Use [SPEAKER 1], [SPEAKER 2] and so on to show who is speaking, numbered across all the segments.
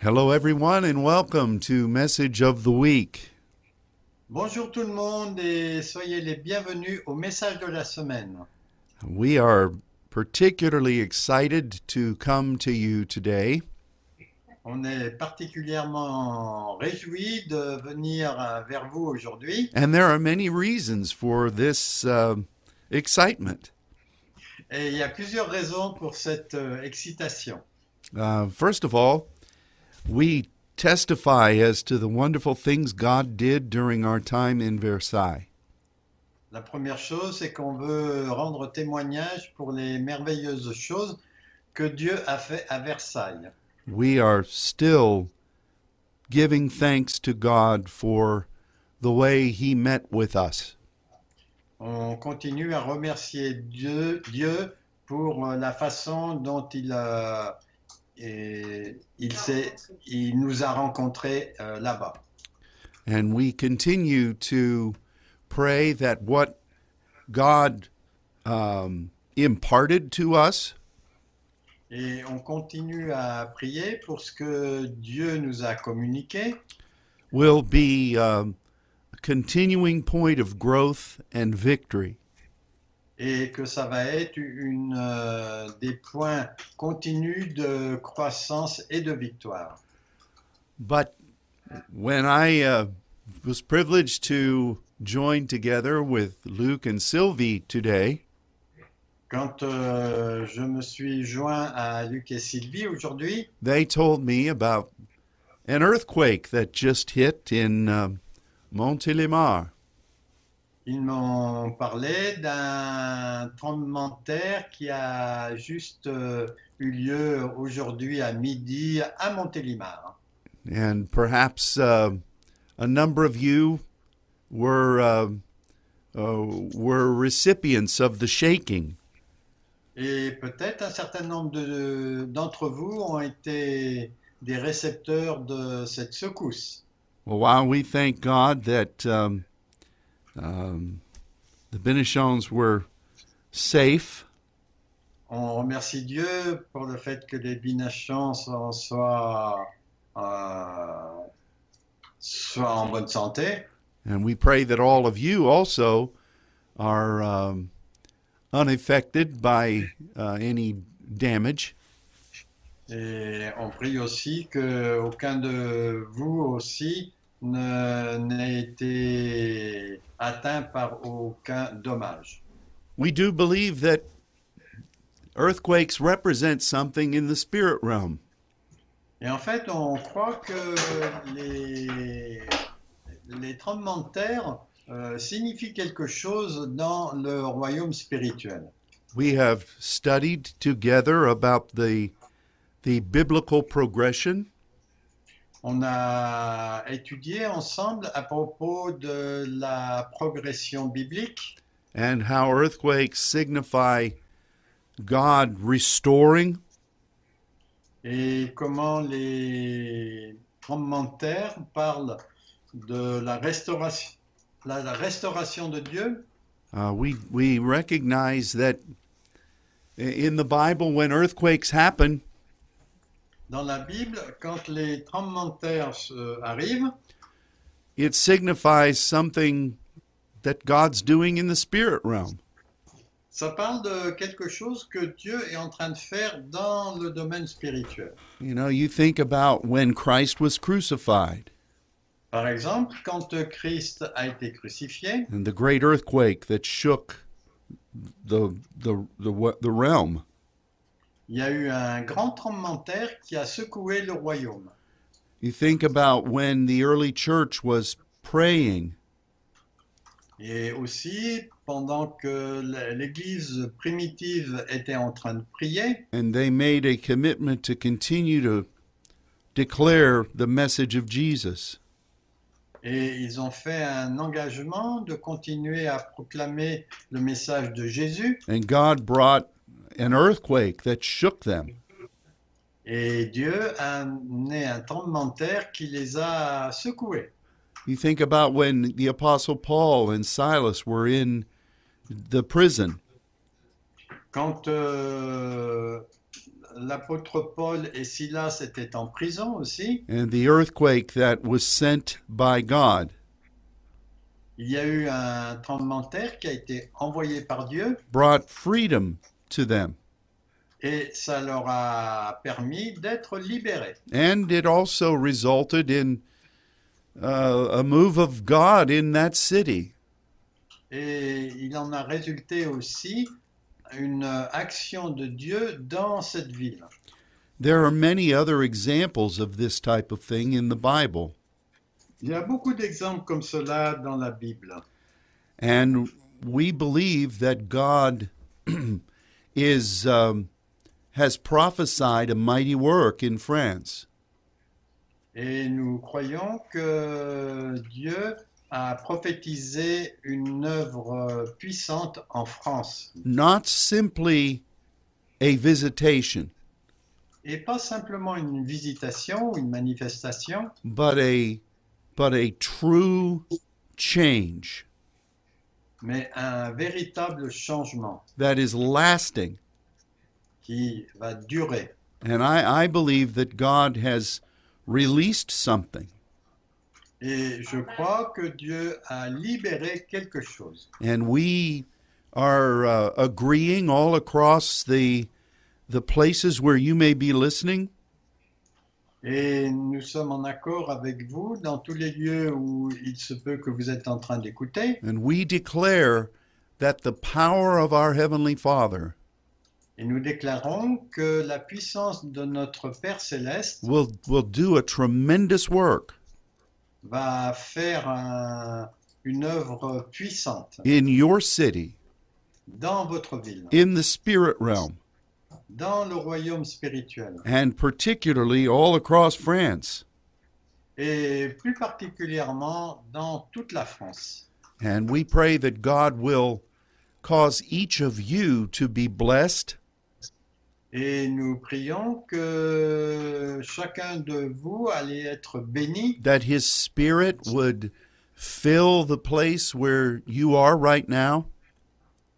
[SPEAKER 1] Hello, everyone, and welcome to Message of the Week.
[SPEAKER 2] Bonjour tout le monde et soyez les bienvenus au message de la semaine.
[SPEAKER 1] We are particularly excited to come to you today
[SPEAKER 2] On est particulièrement réjouis de venir euh, vers vous aujourd'hui
[SPEAKER 1] And there are many reasons for this uh, excitement.
[SPEAKER 2] et il y a plusieurs raisons pour cette euh, excitation.
[SPEAKER 1] Uh, first of all, we testify as to the wonderful things God did during our time in Versailles.
[SPEAKER 2] La première chose, c'est qu'on veut rendre témoignage pour les merveilleuses choses que Dieu a fait à Versailles.
[SPEAKER 1] We are still giving thanks to God for the way He met with us.
[SPEAKER 2] On continue à remercier Dieu, Dieu pour euh, la façon dont il, a- et il, s'est- il nous a rencontrés euh, là-bas.
[SPEAKER 1] And we continue to pray that what God um, imparted to us
[SPEAKER 2] Et on continue à prier pour ce que Dieu nous a communiqué,
[SPEAKER 1] will be um, a continuing point of growth and victory.
[SPEAKER 2] et que ça va être une, euh, des points continus de croissance et de victoire.
[SPEAKER 1] But when I uh, was privileged to join together with Luke and Sylvie today,
[SPEAKER 2] Quand euh, je me suis joint à Luc et Sylvie aujourd'hui,
[SPEAKER 1] they told me about an earthquake that just hit in um, Montélimar.
[SPEAKER 2] ils m'ont parlé d'un tremblement de terre qui a juste euh, eu lieu aujourd'hui à midi à Montélimar.
[SPEAKER 1] And perhaps uh, a number of you were, uh, uh, were recipients of the shaking.
[SPEAKER 2] Et peut-être un certain nombre de- d'entre vous ont été des récepteurs de cette secousse.
[SPEAKER 1] Well, while we thank God that um, um, the Benichons were safe,
[SPEAKER 2] On remercie Dieu pour le fait que les binachans en soient, euh, soient en bonne santé.
[SPEAKER 1] and we pray that all of you also are um, unaffected by uh, any damage.
[SPEAKER 2] Et on prie aussi que aucun de vous aussi ne- n'ait été atteint par aucun dommage.
[SPEAKER 1] We do believe that earthquakes represent something in the spirit realm.
[SPEAKER 2] Et en fait, on croit que les, les tremblements de terre euh, signifient quelque chose dans le royaume spirituel.
[SPEAKER 1] We have studied together about the the biblical progression
[SPEAKER 2] On a étudié ensemble à propos de la progression biblique
[SPEAKER 1] and how earthquakes signify God restoring
[SPEAKER 2] et comment les tremblements de terre parlent de la restauration, la- la restauration de Dieu
[SPEAKER 1] Uh, we we recognize that i- in the Bible, when earthquakes happen,
[SPEAKER 2] dans la Bible quand les tremblements de terre se- arrivent.
[SPEAKER 1] it signifies something that God's doing in the spirit realm.
[SPEAKER 2] Ça parle de quelque chose que Dieu est en train de faire dans le domaine spirituel.
[SPEAKER 1] You know, you think about when Christ was crucified
[SPEAKER 2] Par exemple, quand Christ a été crucifié
[SPEAKER 1] and the great earthquake that shook the the the, wa- the realm.
[SPEAKER 2] il y a eu un grand tremblement de terre qui a secoué le royaume.
[SPEAKER 1] You think about when the early church was praying
[SPEAKER 2] Et aussi, pendant que l- l'Église primitive était en train de prier,
[SPEAKER 1] and they made a commitment to continue to declare the message of Jesus.
[SPEAKER 2] et ils ont fait un engagement de continuer à proclamer le message de Jésus,
[SPEAKER 1] and God brought an earthquake that shook them.
[SPEAKER 2] et Dieu a amené un tremblement de terre qui les a secoués.
[SPEAKER 1] You think about when the Apostle Paul and Silas were in the prison
[SPEAKER 2] Quand euh, l'apôtre Paul et Silas étaient en prison aussi.
[SPEAKER 1] and the earthquake that was sent by God.
[SPEAKER 2] Il y a eu un tremblement de terre qui a été envoyé par Dieu
[SPEAKER 1] brought freedom to them.
[SPEAKER 2] et ça leur a permis d'être libérés.
[SPEAKER 1] And it also resulted in uh, a move of God in that city.
[SPEAKER 2] Et il en a résulté aussi une action de Dieu dans cette ville.
[SPEAKER 1] There are many other examples of this type of thing in the Bible.
[SPEAKER 2] Il y a beaucoup d'exemples comme cela dans la Bible.
[SPEAKER 1] And we believe that God is, um, has prophesied a mighty work in France.
[SPEAKER 2] Et nous croyons que Dieu a prophétisé une œuvre puissante en France.
[SPEAKER 1] Not simply a visitation,
[SPEAKER 2] Et pas simplement une visitation ou une manifestation,
[SPEAKER 1] but a, but a true change.
[SPEAKER 2] mais un véritable changement
[SPEAKER 1] that is lasting.
[SPEAKER 2] qui va durer.
[SPEAKER 1] And I, I believe that God has released something.
[SPEAKER 2] Et je crois que Dieu a libéré quelque chose.
[SPEAKER 1] And we are uh, agreeing all across the, the places where you may be listening
[SPEAKER 2] Et nous sommes en accord avec vous dans tous les lieux où il se peut que vous êtes en train d'écouter.
[SPEAKER 1] and we declare that the power of our Heavenly Father
[SPEAKER 2] Et nous déclarons que la puissance de notre Père céleste
[SPEAKER 1] will, will do a tremendous work
[SPEAKER 2] va faire un- une œuvre puissante
[SPEAKER 1] in your city,
[SPEAKER 2] dans votre ville,
[SPEAKER 1] in the spirit realm,
[SPEAKER 2] dans le royaume spirituel,
[SPEAKER 1] and particularly all across France.
[SPEAKER 2] et plus particulièrement dans toute la France.
[SPEAKER 1] And we pray that God will cause each of you to be blessed
[SPEAKER 2] Et nous prions que chacun de vous allez être béni,
[SPEAKER 1] that his spirit would fill the place where you are right now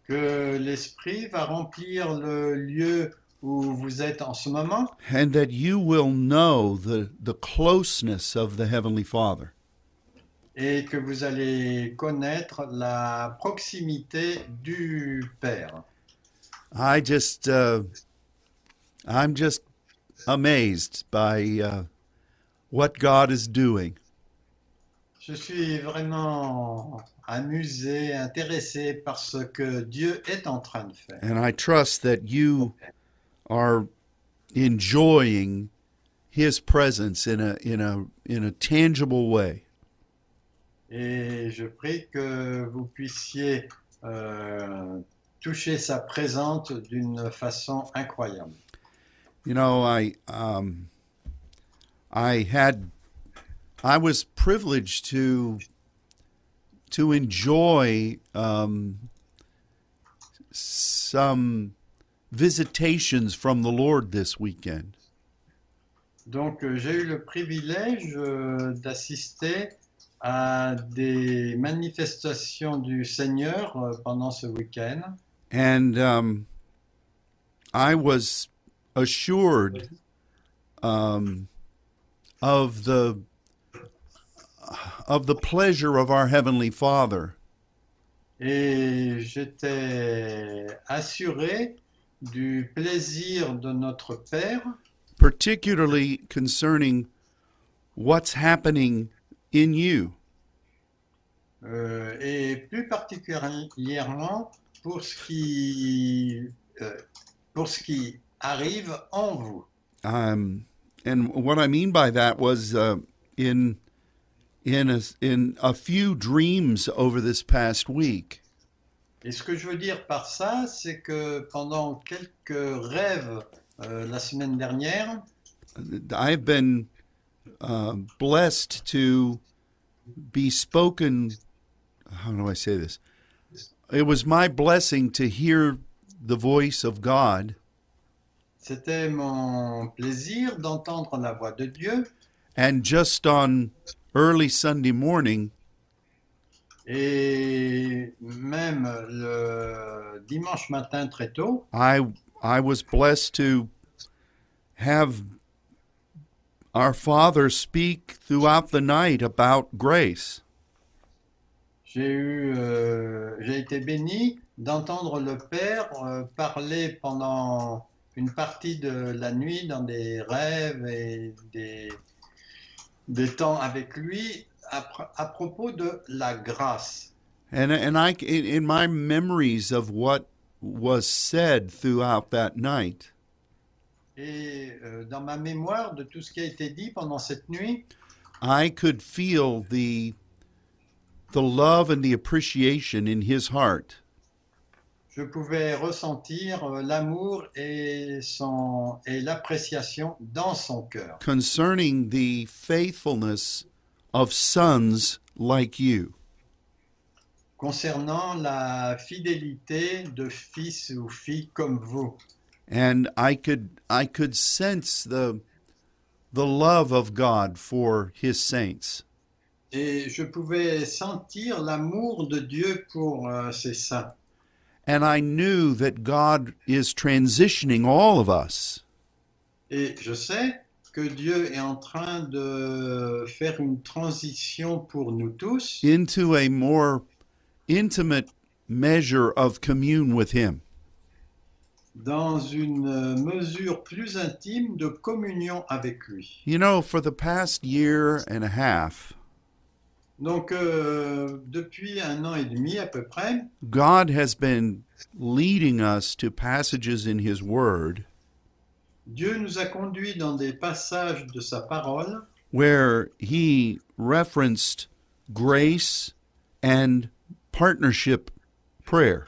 [SPEAKER 2] que l'Esprit va remplir le lieu où vous êtes en ce moment,
[SPEAKER 1] and that you will know the, the closeness of the heavenly father
[SPEAKER 2] et que vous allez connaître la proximité du Père.
[SPEAKER 1] i just uh, i'm just amazed by uh, what god is doing
[SPEAKER 2] Je suis vraiment amusé, intéressé par ce que Dieu est en train de faire.
[SPEAKER 1] and i trust that you are enjoying his presence in a in a in a tangible way
[SPEAKER 2] Et je prie que vous puissiez euh, toucher sa présence d'une façon incroyable.
[SPEAKER 1] You know, I um, I had I was privileged to to enjoy um, some visitations from the Lord this weekend,
[SPEAKER 2] Donc euh, j'ai eu le privilège euh, d'assister à des manifestations du Seigneur euh, pendant ce week-end.
[SPEAKER 1] and um, I was assured um, of the of the pleasure of our heavenly Father.
[SPEAKER 2] Et j'étais assuré du plaisir de notre Père,
[SPEAKER 1] particularly concerning what's happening in you.
[SPEAKER 2] euh, et plus particulièrement pour ce qui, euh, pour ce qui arrive en vous.
[SPEAKER 1] Um, and what I mean by that was uh, in in a, in a few dreams over this past week,
[SPEAKER 2] Et ce que je veux dire par ça, c'est que pendant quelques rêves euh, la semaine dernière,
[SPEAKER 1] I've been uh, blessed to be spoken. How do I say this? It was my blessing to hear the voice of God
[SPEAKER 2] c'était mon plaisir d'entendre la voix de Dieu.
[SPEAKER 1] And just on early Sunday morning,
[SPEAKER 2] Et même le dimanche matin très tôt,
[SPEAKER 1] I I was blessed to have our Father speak throughout the night about grace.
[SPEAKER 2] J'ai eu, euh, j'ai été béni d'entendre le Père euh, parler pendant une partie de la nuit dans des rêves et des, des temps avec lui à, pr- à propos de la grâce.
[SPEAKER 1] And and I in, in my memories of what was said throughout that night,
[SPEAKER 2] Et euh, dans ma mémoire de tout ce qui a été dit pendant cette nuit,
[SPEAKER 1] I could feel the the love and the appreciation in his heart.
[SPEAKER 2] je pouvais ressentir euh, l'amour et, son, et l'appréciation dans son cœur
[SPEAKER 1] concerning the faithfulness of sons like you.
[SPEAKER 2] concernant la fidélité de fils ou filles comme vous.
[SPEAKER 1] And I could I could sense the the love of God for his saints.
[SPEAKER 2] Et je pouvais sentir l'amour de Dieu pour euh, ses saints.
[SPEAKER 1] And I knew that God is transitioning all of us
[SPEAKER 2] Et je sais que Dieu est en train de faire une transition pour nous tous
[SPEAKER 1] into a more intimate measure of commune with him.
[SPEAKER 2] dans une mesure plus intime de communion avec lui.
[SPEAKER 1] You know, for the past year and a half,
[SPEAKER 2] Donc, euh, depuis un an et demi à peu près,
[SPEAKER 1] God has been leading us to passages in his word
[SPEAKER 2] Dieu nous a conduits dans des passages de sa parole
[SPEAKER 1] where he referenced grace and partnership prayer.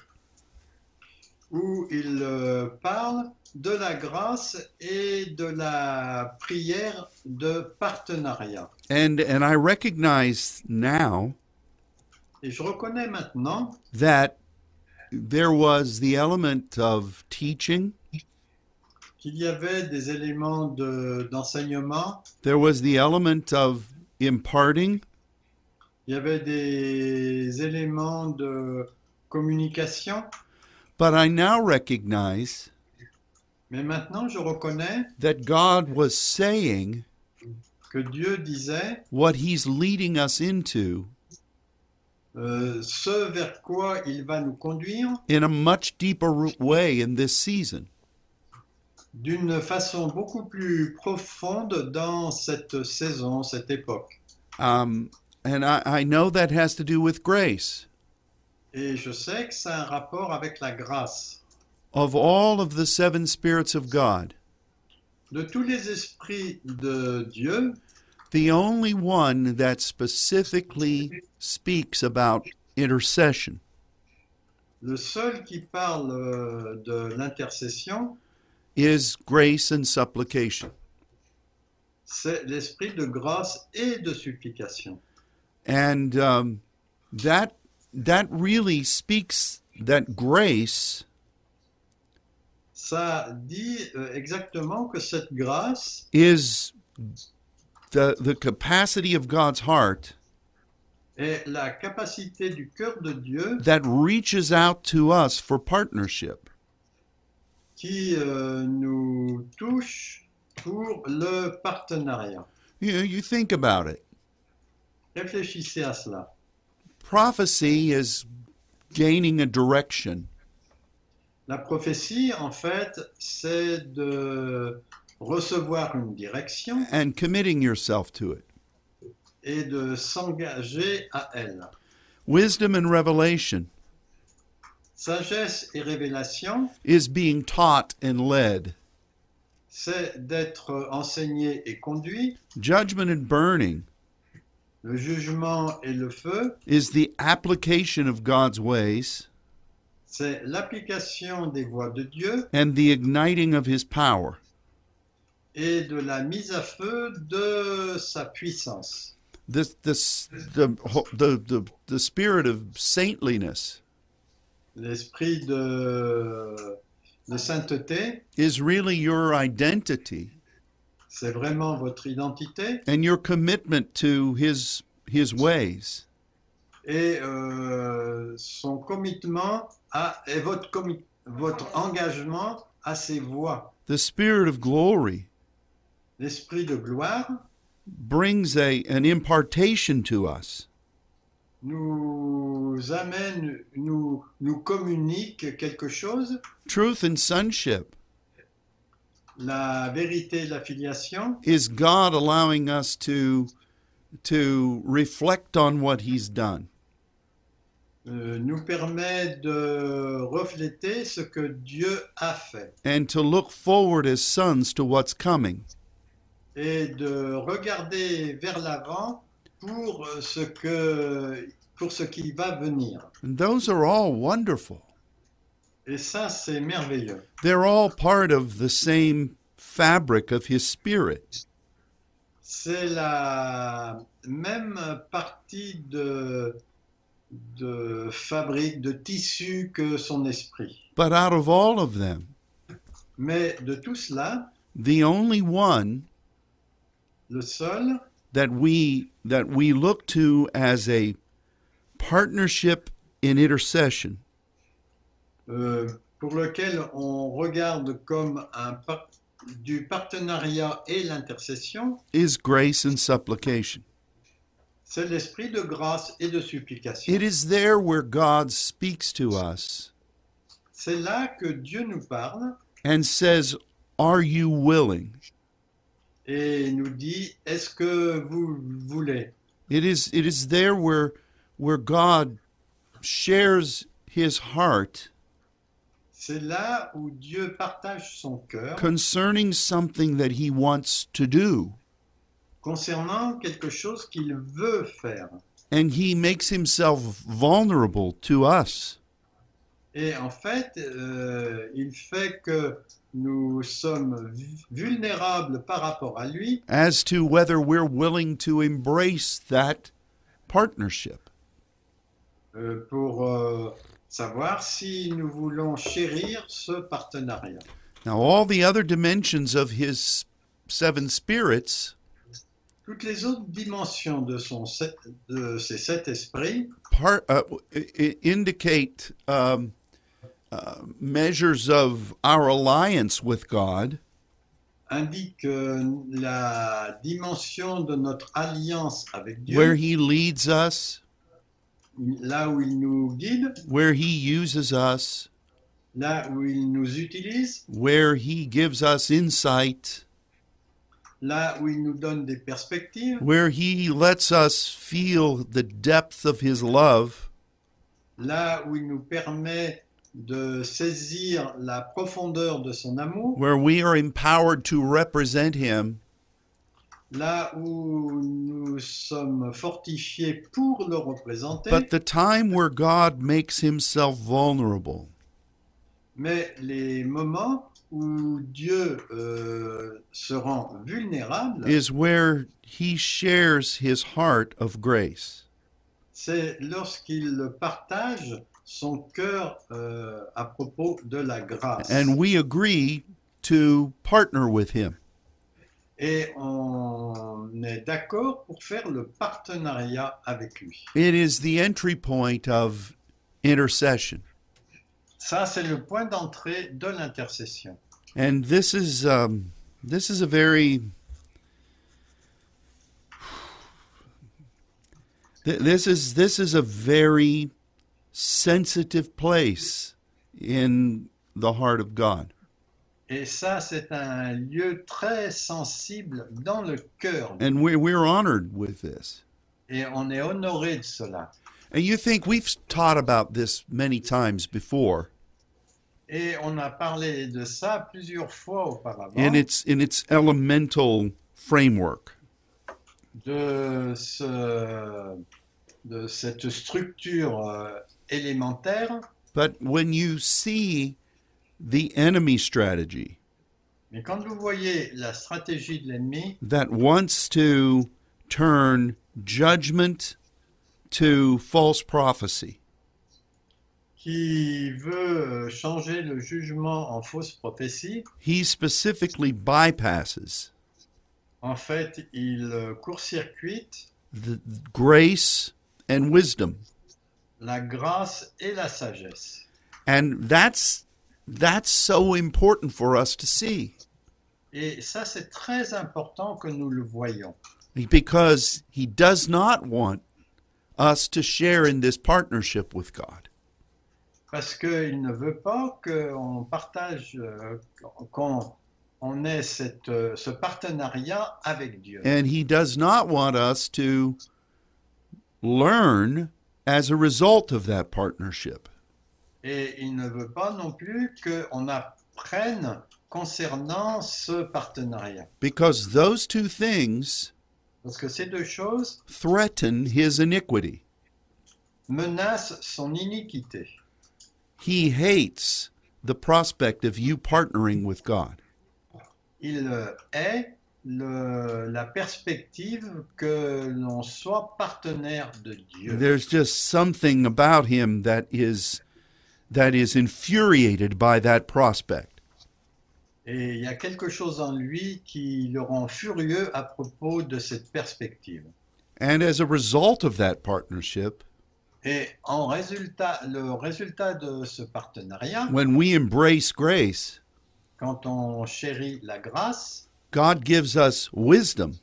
[SPEAKER 2] où il euh, parle de la grâce et de la prière de partenariat.
[SPEAKER 1] And and I recognize now
[SPEAKER 2] Et je reconnais maintenant
[SPEAKER 1] that there was the element of teaching,
[SPEAKER 2] qu'il y avait des éléments de- d'enseignement,
[SPEAKER 1] there was the element of imparting,
[SPEAKER 2] il y avait des éléments de communication,
[SPEAKER 1] but I now recognize
[SPEAKER 2] mais maintenant je reconnais
[SPEAKER 1] that God was saying
[SPEAKER 2] que Dieu disait
[SPEAKER 1] what he's leading us into
[SPEAKER 2] euh, ce vers quoi il va nous conduire
[SPEAKER 1] in a much deeper ru- way in this season.
[SPEAKER 2] d'une façon beaucoup plus profonde dans cette saison, cette époque.
[SPEAKER 1] Um, and I, I know that has to do with grace.
[SPEAKER 2] Et je sais que ça a un rapport avec la grâce.
[SPEAKER 1] Of all of the seven spirits of God,
[SPEAKER 2] De tous les esprits de Dieu,
[SPEAKER 1] the only one that specifically speaks about intercession.
[SPEAKER 2] le seul qui parle euh, de l'intercession,
[SPEAKER 1] is grace and supplication.
[SPEAKER 2] c'est l'esprit de grâce et de supplication.
[SPEAKER 1] And um, that that really speaks that grace
[SPEAKER 2] Ça dit euh, exactement que cette grâce
[SPEAKER 1] is the the capacity of God's heart
[SPEAKER 2] est la capacité du cœur de Dieu
[SPEAKER 1] that reaches out to us for partnership.
[SPEAKER 2] qui euh, nous touche pour le partenariat.
[SPEAKER 1] You know, you think about it.
[SPEAKER 2] Réfléchissez à cela.
[SPEAKER 1] Prophecy is gaining a direction.
[SPEAKER 2] La prophétie, en fait, c'est de recevoir une direction
[SPEAKER 1] and committing yourself to it.
[SPEAKER 2] et de s'engager à elle.
[SPEAKER 1] Wisdom and revelation
[SPEAKER 2] Sagesse et révélation,
[SPEAKER 1] is being taught and led.
[SPEAKER 2] c'est d'être enseigné et conduit.
[SPEAKER 1] Judgment and burning
[SPEAKER 2] Le jugement et le feu,
[SPEAKER 1] is the application of God's ways
[SPEAKER 2] c'est l'application des voies de Dieu
[SPEAKER 1] and the igniting of his power.
[SPEAKER 2] et de la mise à feu de sa puissance.
[SPEAKER 1] The, the, the, the, the, the spirit of saintliness
[SPEAKER 2] L'esprit de, de sainteté,
[SPEAKER 1] is really your identity
[SPEAKER 2] c'est vraiment votre identité.
[SPEAKER 1] and your commitment to his, his ways.
[SPEAKER 2] et euh, son commitment à, et votre, commi- votre engagement à ses voies.
[SPEAKER 1] The spirit of glory
[SPEAKER 2] l'esprit de gloire
[SPEAKER 1] brings a, an impartation to us.
[SPEAKER 2] nous amène, nous, nous communique quelque chose,
[SPEAKER 1] Truth and sonship
[SPEAKER 2] la vérité et la filiation,
[SPEAKER 1] is God allowing us to to reflect on what he's done.
[SPEAKER 2] euh, nous permet de refléter ce que Dieu a fait
[SPEAKER 1] and to look forward as sons to what's coming.
[SPEAKER 2] et de regarder vers l'avant pour ce que pour ce qui va venir.
[SPEAKER 1] And those are all wonderful.
[SPEAKER 2] Et ça, c'est merveilleux.
[SPEAKER 1] They're all part of the same fabric of his spirit.
[SPEAKER 2] C'est la même partie de, de fabrique, de tissu que son esprit.
[SPEAKER 1] But out of all of them,
[SPEAKER 2] Mais de tout cela,
[SPEAKER 1] the only one
[SPEAKER 2] le seul
[SPEAKER 1] that we that we look to as a partnership in intercession
[SPEAKER 2] euh, pour lequel on regarde comme un par- du partenariat et l'intercession,
[SPEAKER 1] is grace and supplication.
[SPEAKER 2] c'est l'esprit de grâce et de supplication.
[SPEAKER 1] It is there where God speaks to us
[SPEAKER 2] C'est là que Dieu nous parle
[SPEAKER 1] and says, "Are you willing?"
[SPEAKER 2] et nous dit est-ce que vous voulez
[SPEAKER 1] It is it is there where where God shares his heart
[SPEAKER 2] C'est là où Dieu partage son cœur
[SPEAKER 1] concerning something that he wants to do
[SPEAKER 2] concernant quelque chose qu'il veut faire.
[SPEAKER 1] and he makes himself vulnerable to us.
[SPEAKER 2] Et en fait, euh, il fait que nous sommes vu- vulnérables par rapport à lui
[SPEAKER 1] as to whether we're willing to embrace that partnership.
[SPEAKER 2] euh, pour euh, savoir si nous voulons chérir ce partenariat.
[SPEAKER 1] Now, all the other dimensions of his seven spirits
[SPEAKER 2] Toutes les autres dimensions de, son, sept- de ces sept esprits
[SPEAKER 1] part, uh, i- i- indicate um, uh, measures of our alliance with God,
[SPEAKER 2] indique euh, la dimension de notre alliance avec Dieu,
[SPEAKER 1] where he leads us,
[SPEAKER 2] là où il nous guide,
[SPEAKER 1] where he uses us,
[SPEAKER 2] là où il nous utilise,
[SPEAKER 1] where he gives us insight,
[SPEAKER 2] là où il nous donne des perspectives,
[SPEAKER 1] where he lets us feel the depth of his love,
[SPEAKER 2] là où il nous permet de saisir la profondeur de son amour,
[SPEAKER 1] where we are empowered to represent him.
[SPEAKER 2] là où nous sommes fortifiés pour le représenter,
[SPEAKER 1] But the time where God makes himself vulnerable
[SPEAKER 2] mais les moments où Dieu euh, se rend vulnérable,
[SPEAKER 1] is where he shares his heart of grace.
[SPEAKER 2] c'est lorsqu'il partage son cœur euh, à propos de la grâce.
[SPEAKER 1] And we agree to partner with him.
[SPEAKER 2] Et on est d'accord pour faire le partenariat avec lui.
[SPEAKER 1] It is the entry point of intercession.
[SPEAKER 2] Ça, c'est le point d'entrée de l'intercession.
[SPEAKER 1] And this is um, this is a very Th- this is this is a very sensitive place in the heart of God.
[SPEAKER 2] Et ça, c'est un lieu très sensible dans le cœur.
[SPEAKER 1] and we're, we're honored with this.
[SPEAKER 2] Et on est honoré de cela.
[SPEAKER 1] And you think we've taught about this many times before,
[SPEAKER 2] Et on a parlé de ça plusieurs fois auparavant,
[SPEAKER 1] in its in its elemental framework.
[SPEAKER 2] de, ce, de cette structure euh, élémentaire.
[SPEAKER 1] But when you see the enemy strategy
[SPEAKER 2] Mais quand vous voyez la stratégie de l'ennemi
[SPEAKER 1] that wants to turn judgment to false prophecy,
[SPEAKER 2] qui veut euh, changer le jugement en fausse prophétie,
[SPEAKER 1] he specifically bypasses
[SPEAKER 2] en fait, il euh, court-circuite
[SPEAKER 1] the grace and wisdom,
[SPEAKER 2] la grâce et la sagesse.
[SPEAKER 1] and that's that's so important for us to see.
[SPEAKER 2] Et ça, c'est très important que nous le voyons.
[SPEAKER 1] because he does not want us to share in this partnership with God.
[SPEAKER 2] Parce qu'il ne veut pas qu'on partage, euh, qu'on on ait cette, euh, ce partenariat avec Dieu.
[SPEAKER 1] And he does not want us to learn as a result of that partnership.
[SPEAKER 2] Et il ne veut pas non plus qu'on apprenne concernant ce partenariat.
[SPEAKER 1] Because those two things
[SPEAKER 2] Parce que ces deux choses
[SPEAKER 1] threaten his iniquity.
[SPEAKER 2] menacent son iniquité.
[SPEAKER 1] He hates the prospect of you partnering with God.
[SPEAKER 2] Il euh, hait le- la perspective que l'on soit partenaire de Dieu.
[SPEAKER 1] There's just something about him that is that is infuriated by that prospect.
[SPEAKER 2] Et il y a quelque chose en lui qui le rend furieux à propos de cette perspective.
[SPEAKER 1] And as a result of that partnership,
[SPEAKER 2] Et en résultat, le résultat de ce partenariat,
[SPEAKER 1] when we embrace grace,
[SPEAKER 2] quand on chérit la grâce,
[SPEAKER 1] God gives us wisdom,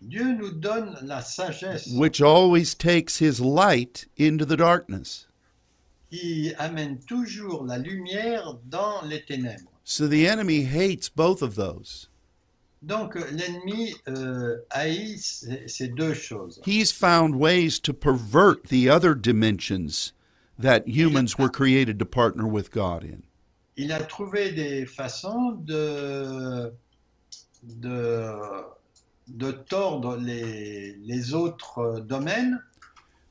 [SPEAKER 2] Dieu nous donne la sagesse
[SPEAKER 1] which always takes his light into the darkness.
[SPEAKER 2] qui amène toujours la lumière dans les ténèbres.
[SPEAKER 1] So the enemy hates both of those.
[SPEAKER 2] Donc l'ennemi euh, haït ces ces deux choses.
[SPEAKER 1] He's found ways to pervert the other dimensions that humans were created to partner with God in.
[SPEAKER 2] il a trouvé des façons de, de, de tordre les, les autres domaines.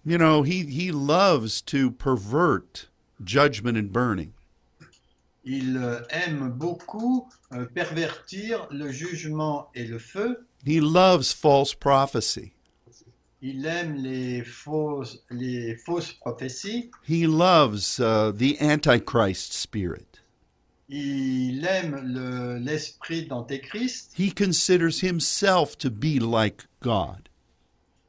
[SPEAKER 1] You know, he, he loves to pervert judgment and burning.
[SPEAKER 2] Il euh, aime beaucoup euh, pervertir le jugement et le feu.
[SPEAKER 1] He loves false prophecy.
[SPEAKER 2] Il aime les fausses, les fausses prophéties.
[SPEAKER 1] He loves uh, the Antichrist spirit.
[SPEAKER 2] Il aime le- l'esprit d'Antéchrist.
[SPEAKER 1] He considers himself to be like God.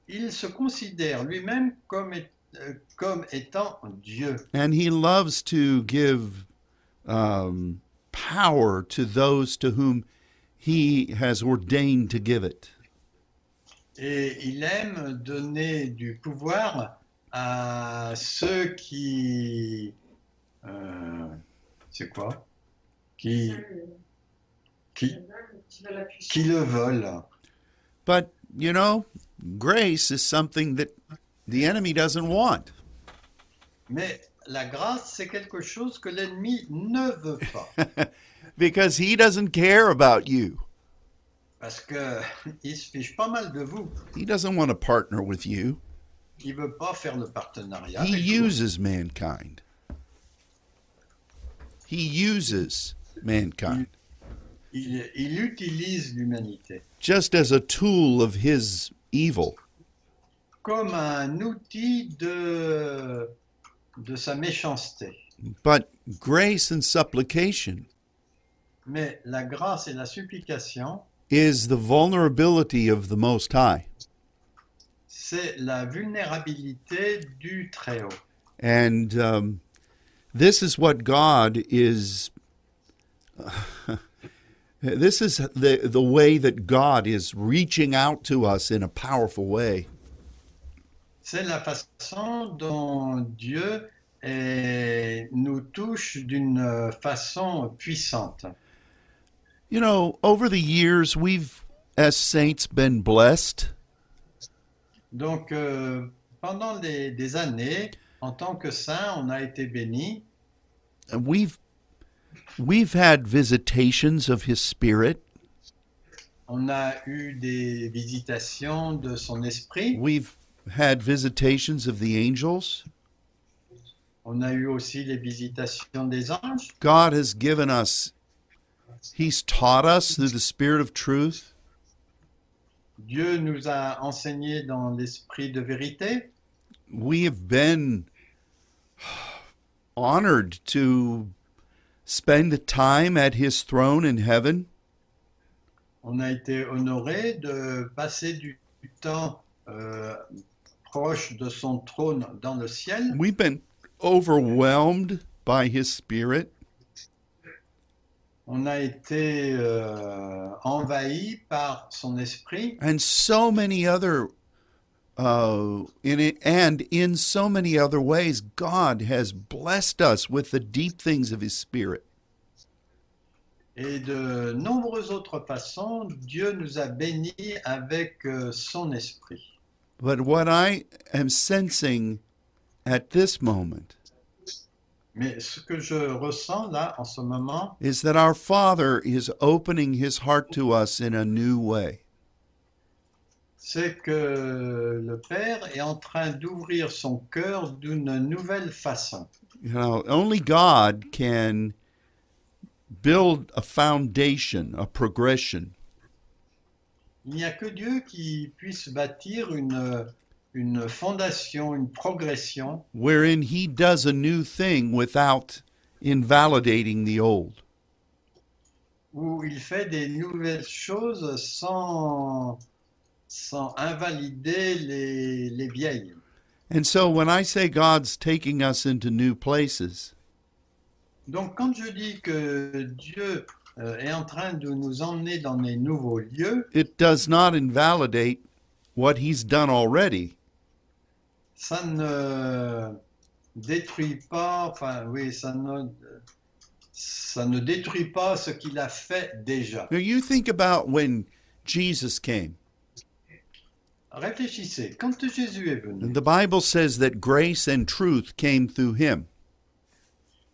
[SPEAKER 2] Il se considère lui-même comme, est- euh, comme étant Dieu.
[SPEAKER 1] And he loves to give um, power to those to whom he has ordained to give it.
[SPEAKER 2] Et il aime donner du pouvoir à ceux qui... euh, c'est quoi qui, qui, qui le veulent.
[SPEAKER 1] But, you know, grace is something that the enemy doesn't want.
[SPEAKER 2] Mais la grâce, c'est quelque chose que l'ennemi ne veut pas.
[SPEAKER 1] because he doesn't care about you.
[SPEAKER 2] Parce que il se fiche pas mal de vous.
[SPEAKER 1] He doesn't want to partner with you.
[SPEAKER 2] Il veut pas faire le partenariat.
[SPEAKER 1] He
[SPEAKER 2] avec vous.
[SPEAKER 1] uses mankind. He uses mankind
[SPEAKER 2] Il- il utilise l'humanité
[SPEAKER 1] just as a tool of his evil.
[SPEAKER 2] comme un outil de, de sa méchanceté.
[SPEAKER 1] But grace and supplication
[SPEAKER 2] Mais la grâce et la supplication,
[SPEAKER 1] is the vulnerability of the Most High.
[SPEAKER 2] c'est la vulnérabilité du Très-Haut.
[SPEAKER 1] And um, this is what God is. this is the the way that God is reaching out to us in a powerful way.
[SPEAKER 2] C'est la façon dont Dieu eh, nous touche d'une façon puissante.
[SPEAKER 1] You know, over the years, we've as saints been blessed
[SPEAKER 2] Donc, euh, pendant des, des années, en tant que saint, on a été béni.
[SPEAKER 1] and we've we've had visitations of His Spirit.
[SPEAKER 2] On a eu des visitations de son esprit.
[SPEAKER 1] We've had visitations of the angels.
[SPEAKER 2] On a eu aussi les visitations des anges.
[SPEAKER 1] God has given us. He's taught us through the Spirit of truth.
[SPEAKER 2] Dieu nous a enseigné dans l'esprit de vérité.
[SPEAKER 1] we have been honored to spend time at his throne in heaven.
[SPEAKER 2] On a été honoré de passer du du temps euh, proche de son trône dans le ciel.
[SPEAKER 1] We've been overwhelmed by his spirit.
[SPEAKER 2] on a été euh, envahi par son esprit
[SPEAKER 1] and so many other uh, in it, and in so many other ways, God has blessed us with the deep things of His Spirit.
[SPEAKER 2] et de nombreuses autres façons, Dieu nous a bénis avec euh, son esprit.
[SPEAKER 1] But what I am sensing at this moment
[SPEAKER 2] Mais ce que je ressens là en ce moment,
[SPEAKER 1] is that our Father is opening His heart to us in a new way.
[SPEAKER 2] c'est que le Père est en train d'ouvrir son cœur d'une nouvelle façon.
[SPEAKER 1] You know, only God can build a foundation, a progression.
[SPEAKER 2] Il n'y a que Dieu qui puisse bâtir une, une fondation, une progression
[SPEAKER 1] wherein he does a new thing without invalidating the old.
[SPEAKER 2] où il fait des nouvelles choses sans, sans invalider les, les vieilles.
[SPEAKER 1] And so when I say God's taking us into new places,
[SPEAKER 2] Donc quand je dis que Dieu euh, est en train de nous emmener dans des nouveaux lieux,
[SPEAKER 1] it does not invalidate what he's done already.
[SPEAKER 2] ça ne détruit pas, enfin oui, ça ne, ça ne détruit pas ce qu'il a fait déjà.
[SPEAKER 1] Now you think about when Jesus came.
[SPEAKER 2] Réfléchissez, quand Jésus est venu,
[SPEAKER 1] The Bible says that grace and truth came through him.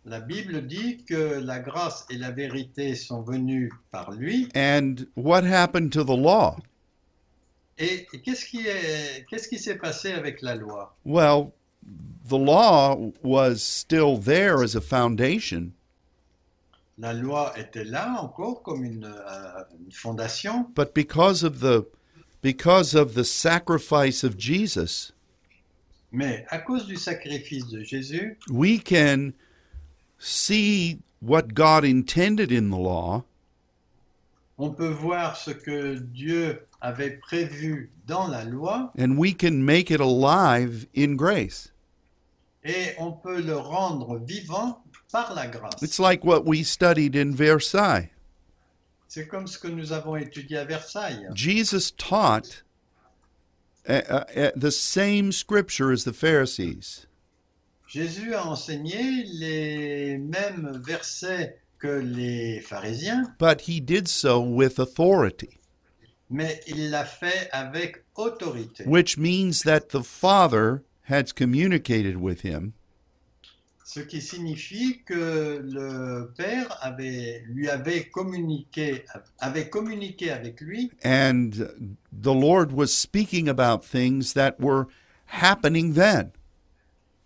[SPEAKER 2] la Bible dit que la grâce et la vérité sont venues par lui.
[SPEAKER 1] And what happened to the law?
[SPEAKER 2] Et qu'est-ce qui est- qu'est-ce qui s'est passé avec la loi
[SPEAKER 1] Well, the law was still there as a foundation,
[SPEAKER 2] La loi était là encore comme une, euh, une fondation,
[SPEAKER 1] but because of the because of the sacrifice of Jesus,
[SPEAKER 2] mais à cause du sacrifice de Jésus,
[SPEAKER 1] we can see what God intended in the law
[SPEAKER 2] On peut voir ce que Dieu avait prévu dans la loi
[SPEAKER 1] and we can make it alive in grace.
[SPEAKER 2] et on peut le rendre vivant par la grâce.
[SPEAKER 1] It's like what we studied in Versailles.
[SPEAKER 2] C'est comme ce que nous avons étudié à Versailles.
[SPEAKER 1] Jesus taught uh, uh, uh, the same scripture as the Pharisees.
[SPEAKER 2] Jésus a enseigné les mêmes versets que les pharisiens,
[SPEAKER 1] but he did so with authority,
[SPEAKER 2] mais il l'a fait avec autorité.
[SPEAKER 1] which means that the Father had communicated with him,
[SPEAKER 2] Ce qui signifie que le Père avait, lui avait communiqué, avait communiqué avec lui
[SPEAKER 1] and the Lord was speaking about things that were happening then.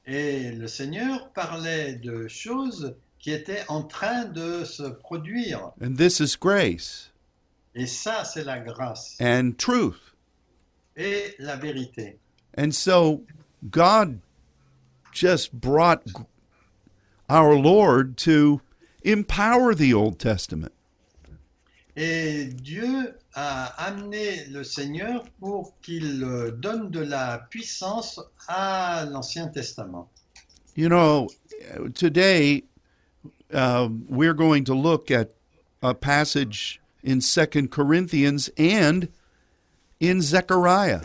[SPEAKER 2] Et le Seigneur parlait de choses qui étaient en train de se produire.
[SPEAKER 1] And this is grace
[SPEAKER 2] Et ça, c'est la grâce
[SPEAKER 1] and truth.
[SPEAKER 2] et la vérité.
[SPEAKER 1] And so God just brought our Lord to empower the Old Testament.
[SPEAKER 2] Et Dieu a amené le Seigneur pour qu'il euh, donne de la puissance à l'Ancien Testament.
[SPEAKER 1] You know, today um, we're going to look at a passage in Second Corinthians and in Zechariah.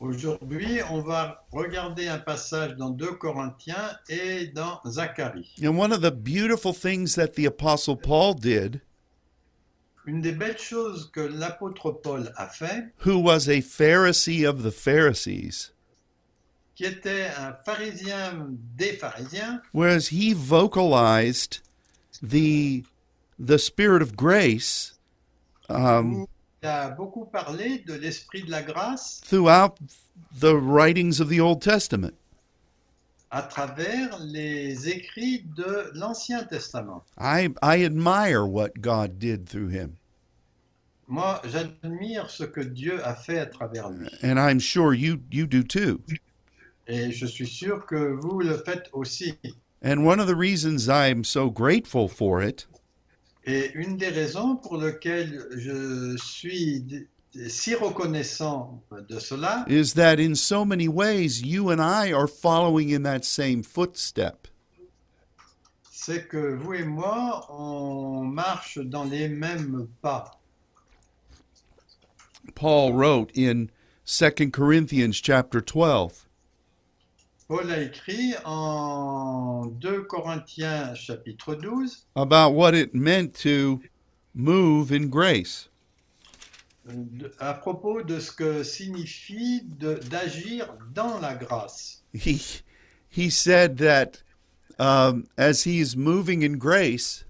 [SPEAKER 2] Aujourd'hui, on va regarder un passage dans 2 Corinthiens et dans Zacharie.
[SPEAKER 1] And one of the beautiful things that the Apostle Paul did,
[SPEAKER 2] Une des belles choses que l'apôtre Paul a fait,
[SPEAKER 1] who was a Pharisee of the Pharisees,
[SPEAKER 2] qui était un pharisien des pharisiens,
[SPEAKER 1] whereas he vocalized the the spirit of grace um,
[SPEAKER 2] Il a beaucoup parlé de l'esprit de la grâce
[SPEAKER 1] throughout the writings of the Old Testament.
[SPEAKER 2] à travers les écrits de l'Ancien Testament.
[SPEAKER 1] I I admire what God did through him.
[SPEAKER 2] Moi, j'admire ce que Dieu a fait à travers lui.
[SPEAKER 1] and I'm sure you you do too.
[SPEAKER 2] Et je suis sûr que vous le faites aussi.
[SPEAKER 1] And one of the reasons I'm so grateful for it
[SPEAKER 2] Et une des raisons pour lesquelles je suis d- si reconnaissant de cela,
[SPEAKER 1] is that in so many ways you and I are following in that same footstep.
[SPEAKER 2] c'est que vous et moi, on marche dans les mêmes pas.
[SPEAKER 1] Paul wrote in 2 Corinthians chapter 12,
[SPEAKER 2] Paul a écrit en 2 Corinthiens chapitre 12
[SPEAKER 1] about what it meant to move in grace.
[SPEAKER 2] euh, de- à propos de ce que signifie de- d'agir dans la grâce.
[SPEAKER 1] He, he said that um, as he's moving in grace,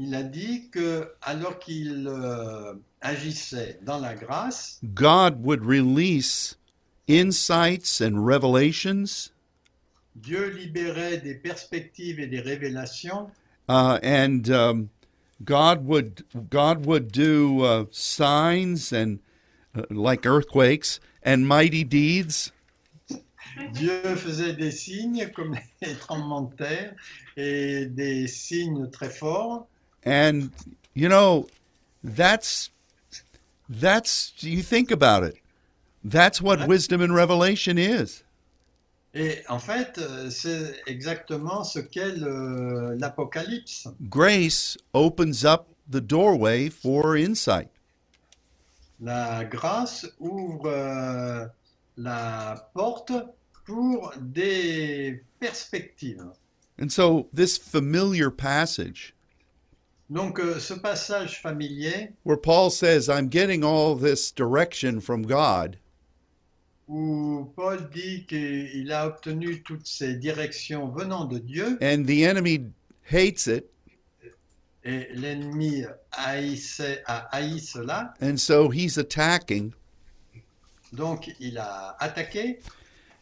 [SPEAKER 2] Il a dit que alors qu'il euh, agissait dans la grâce,
[SPEAKER 1] God would release insights and revelations
[SPEAKER 2] Dieu libérait des perspectives et des révélations
[SPEAKER 1] uh, and um, God would God would do uh, signs and uh, like earthquakes and mighty deeds,
[SPEAKER 2] Dieu faisait des signes comme les tremblements de terre et des signes très forts.
[SPEAKER 1] and you know that's that's you think about it. That's what wisdom and revelation is.
[SPEAKER 2] Et en fait, euh, c'est exactement ce qu'est le- l'Apocalypse.
[SPEAKER 1] Grace opens up the doorway for insight.
[SPEAKER 2] La grâce ouvre euh, la porte pour des perspectives.
[SPEAKER 1] And so this familiar passage
[SPEAKER 2] Donc euh, ce passage familier
[SPEAKER 1] where Paul says, I'm getting all this direction from God,
[SPEAKER 2] où Paul dit qu'il a obtenu toutes ces directions venant de Dieu
[SPEAKER 1] and the enemy hates it,
[SPEAKER 2] et l'ennemi haïssait- a haï cela,
[SPEAKER 1] and so he's attacking.
[SPEAKER 2] donc il a attaqué.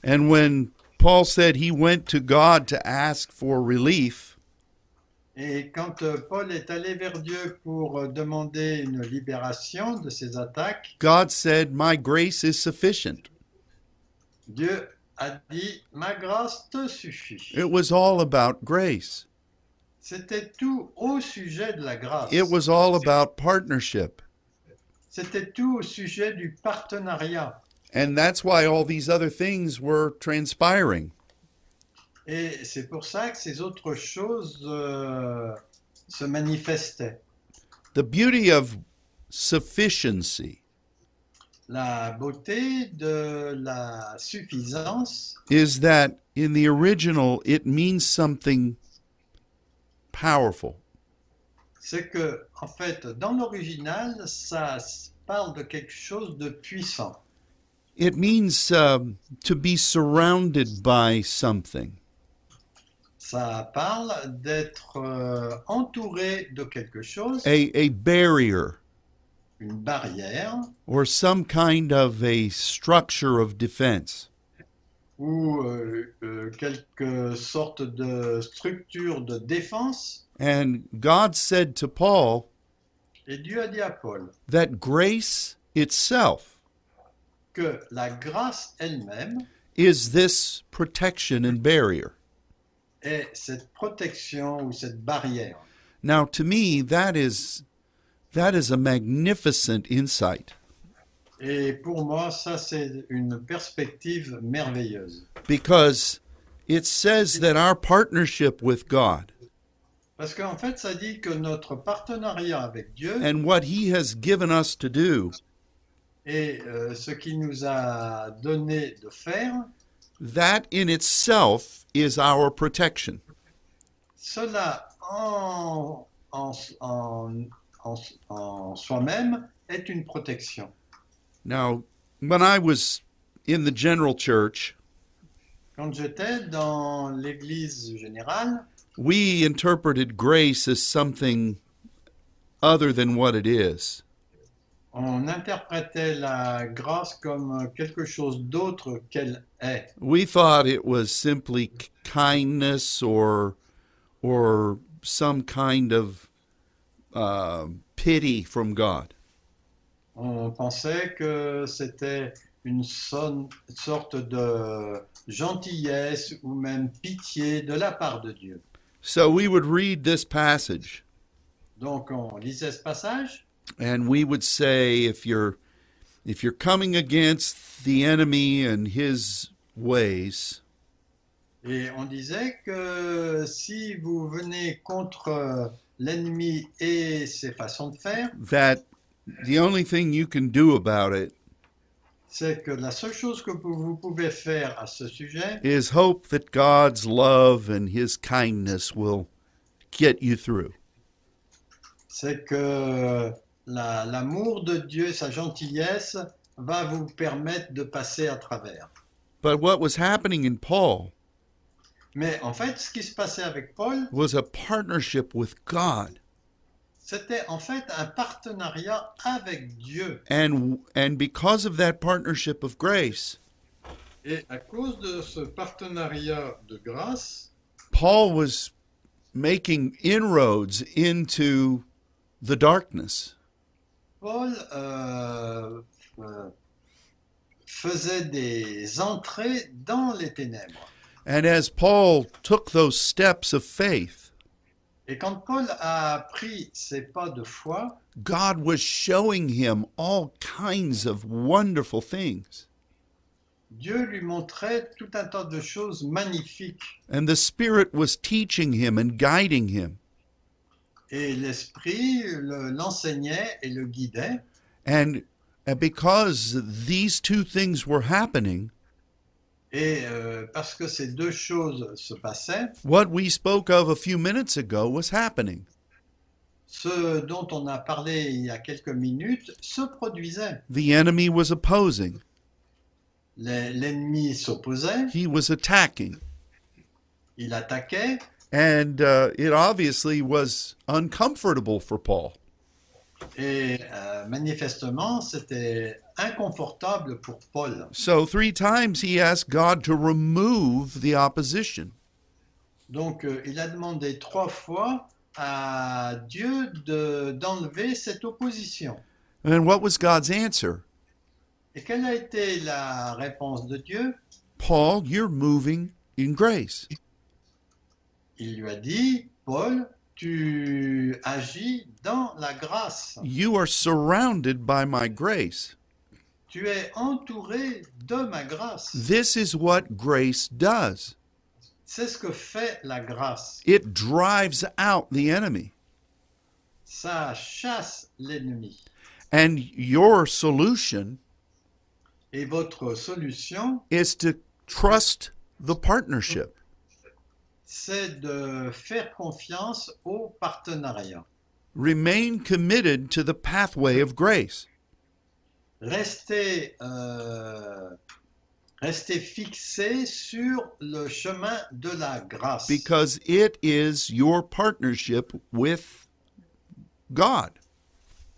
[SPEAKER 1] And when Paul said he went to God to ask for relief,
[SPEAKER 2] Et quand euh, Paul est allé vers Dieu pour euh, demander une libération de ses attaques,
[SPEAKER 1] God said, My grace is sufficient.
[SPEAKER 2] Dieu a dit Ma grâce te suffit.
[SPEAKER 1] It was all about grace,
[SPEAKER 2] C'était tout au sujet de la grâce.
[SPEAKER 1] it was all about partnership.
[SPEAKER 2] C'était tout au sujet du partenariat.
[SPEAKER 1] And that's why all these other things were transpiring.
[SPEAKER 2] Et c'est pour ça que ces autres choses euh, se manifestaient.
[SPEAKER 1] The beauty of sufficiency
[SPEAKER 2] La beauté de la suffisance,
[SPEAKER 1] is that in the original, it means something powerful.
[SPEAKER 2] c'est que, en fait, dans l'original, ça s- parle de quelque chose de puissant.
[SPEAKER 1] It means um, to be surrounded by something.
[SPEAKER 2] Ça parle d'être euh, entouré de quelque chose,
[SPEAKER 1] a, a barrier
[SPEAKER 2] une barrière
[SPEAKER 1] or some kind of a structure of defense.
[SPEAKER 2] ou euh, euh, quelque sorte de structure de défense.
[SPEAKER 1] And God said to Paul
[SPEAKER 2] Et Dieu a dit à Paul
[SPEAKER 1] that grace itself
[SPEAKER 2] que la grâce elle-même
[SPEAKER 1] is this protection and barrier.
[SPEAKER 2] est cette protection ou cette barrière.
[SPEAKER 1] Now to me that is that is a magnificent insight
[SPEAKER 2] Et pour moi, ça, c'est une perspective merveilleuse.
[SPEAKER 1] because it says that our partnership with God
[SPEAKER 2] Parce qu'en fait, ça dit que notre partenariat avec Dieu
[SPEAKER 1] and what he has given us to do
[SPEAKER 2] et euh, ce qu'il nous a donné de faire,
[SPEAKER 1] that in itself is our protection.
[SPEAKER 2] cela en, en, en- en- en soi-même est une protection.
[SPEAKER 1] Now, when I was in the general church,
[SPEAKER 2] Quand j'étais dans l'Église générale,
[SPEAKER 1] we interpreted grace as something other than what it is.
[SPEAKER 2] on interprétait la grâce comme quelque chose d'autre qu'elle est.
[SPEAKER 1] We thought it was simply k- kindness or or some kind of uh, pity from God.
[SPEAKER 2] On pensait que c'était une son- sorte de gentillesse ou même pitié de la part de Dieu.
[SPEAKER 1] So we would read this passage
[SPEAKER 2] Donc on lisait ce passage
[SPEAKER 1] and we would say if you're if you're coming against the enemy and his ways,
[SPEAKER 2] Et on disait que si vous venez contre l'ennemi et ses façons de faire,
[SPEAKER 1] that the only thing you can do about it
[SPEAKER 2] c'est que la seule chose que vous vous pouvez faire à ce sujet,
[SPEAKER 1] is hope that God's love and his kindness will get you through.
[SPEAKER 2] c'est que la- l'amour de Dieu, sa gentillesse, va vous permettre de passer à travers.
[SPEAKER 1] But what was happening in Paul
[SPEAKER 2] Mais en fait, ce qui se passait avec Paul,
[SPEAKER 1] was a partnership with God.
[SPEAKER 2] c'était en fait un partenariat avec Dieu.
[SPEAKER 1] And and because of that partnership of grace,
[SPEAKER 2] Et à cause de ce partenariat de grâce,
[SPEAKER 1] Paul was making inroads into the darkness.
[SPEAKER 2] Paul euh, euh, faisait des entrées dans les ténèbres.
[SPEAKER 1] And as Paul took those steps of faith,
[SPEAKER 2] Et quand Paul a pris ses pas de foi,
[SPEAKER 1] God was showing him all kinds of wonderful things.
[SPEAKER 2] Dieu lui montrait tout un tas de choses magnifiques.
[SPEAKER 1] And the Spirit was teaching him and guiding him.
[SPEAKER 2] Et l'Esprit le- l'enseignait et le guidait.
[SPEAKER 1] And, and because these two things were happening,
[SPEAKER 2] Et euh, parce que ces deux choses se passaient,
[SPEAKER 1] what we spoke of a few minutes ago was happening.
[SPEAKER 2] ce dont on a parlé il y a quelques minutes se produisait.
[SPEAKER 1] The enemy was opposing,
[SPEAKER 2] Les- L'ennemi s'opposait,
[SPEAKER 1] he was attacking.
[SPEAKER 2] il attaquait,
[SPEAKER 1] And uh, it obviously was uncomfortable for Paul.
[SPEAKER 2] et euh, manifestement, c'était inconfortable pour Paul.
[SPEAKER 1] So, three times he asked God to remove the opposition.
[SPEAKER 2] Donc, euh, il a demandé trois fois à Dieu de- d'enlever cette opposition.
[SPEAKER 1] And what was God's answer?
[SPEAKER 2] Et quelle a été la réponse de Dieu
[SPEAKER 1] Paul, you're moving in grace.
[SPEAKER 2] Il lui a dit, Paul, tu agis dans la grâce.
[SPEAKER 1] You are surrounded by my grace.
[SPEAKER 2] Tu es entouré de ma grâce.
[SPEAKER 1] This is what grace does
[SPEAKER 2] C'est ce que fait la grâce.
[SPEAKER 1] it drives out the enemy.
[SPEAKER 2] Ça chasse l'ennemi.
[SPEAKER 1] And your solution
[SPEAKER 2] Et votre solution,
[SPEAKER 1] is to trust the partnership.
[SPEAKER 2] c'est de faire confiance au partenariat.
[SPEAKER 1] Remain committed to the pathway of grace.
[SPEAKER 2] Restez, euh, restez fixé sur le chemin de la grâce.
[SPEAKER 1] because it is your partnership with God.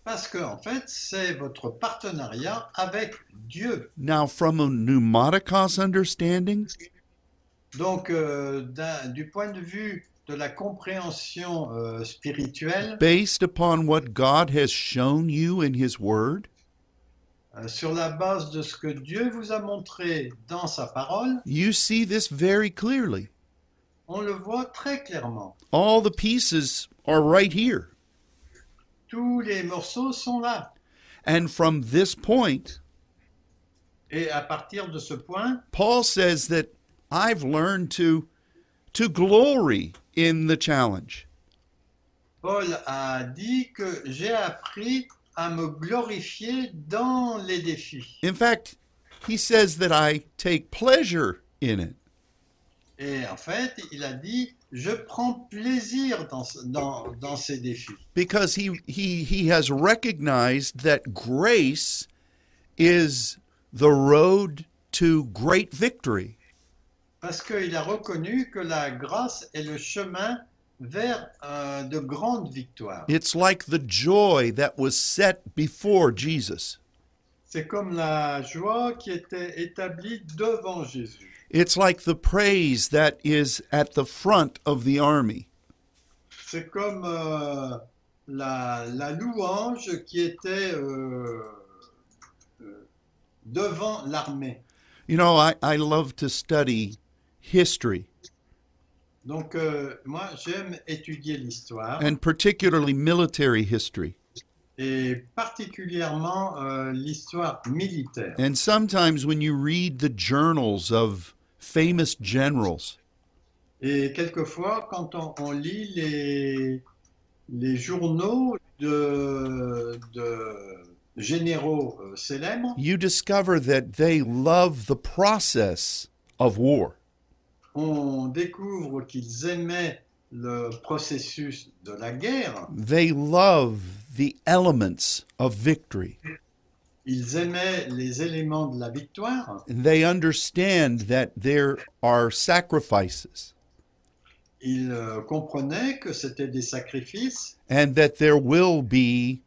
[SPEAKER 2] Parce que, en fait, c'est votre partenariat avec Dieu.
[SPEAKER 1] Now, from a pneumaticos understanding,
[SPEAKER 2] Donc, euh, d'un- du point de vue de la compréhension euh, spirituelle,
[SPEAKER 1] based upon what God has shown you in His Word,
[SPEAKER 2] euh, sur la base de ce que Dieu vous a montré dans sa parole,
[SPEAKER 1] you see this very clearly.
[SPEAKER 2] on le voit très clairement.
[SPEAKER 1] All the pieces are right here.
[SPEAKER 2] Tous les morceaux sont là.
[SPEAKER 1] And from this point,
[SPEAKER 2] Et à partir de ce point,
[SPEAKER 1] Paul says that I've learned to, to glory in the challenge.
[SPEAKER 2] Paul a dit que j'ai appris à me glorifier dans les défis.
[SPEAKER 1] In fact, he says that I take pleasure in it.
[SPEAKER 2] Et en fait, il a dit, je prends plaisir dans ce- dans- dans ces défis.
[SPEAKER 1] because he he he has recognized that grace is the road to great victory
[SPEAKER 2] Parce qu'il a reconnu que la grâce est le chemin vers euh, de grandes victoires.
[SPEAKER 1] it's like the joy that was set before jesus
[SPEAKER 2] C'est comme la joie qui était établie devant Jésus.
[SPEAKER 1] it's like the praise that is at the front of the army
[SPEAKER 2] C'est comme euh, la, la louange qui était euh, euh, devant l'armée.
[SPEAKER 1] you know i i love to study history
[SPEAKER 2] Donc euh, moi, j'aime étudier l'histoire
[SPEAKER 1] and particularly military history
[SPEAKER 2] et particulièrement euh, l'histoire militaire.
[SPEAKER 1] and sometimes when you read the journals of famous generals
[SPEAKER 2] Et quelquefois, quand on, on lit les, les journaux de, de généraux euh, célèbres,
[SPEAKER 1] you discover that they love the process of war.
[SPEAKER 2] on découvre qu'ils aimaient le processus de la guerre,
[SPEAKER 1] They love the elements of victory.
[SPEAKER 2] ils aimaient les éléments de la victoire,
[SPEAKER 1] They understand that there are sacrifices
[SPEAKER 2] ils euh, comprenaient que c'était des sacrifices
[SPEAKER 1] and that there will be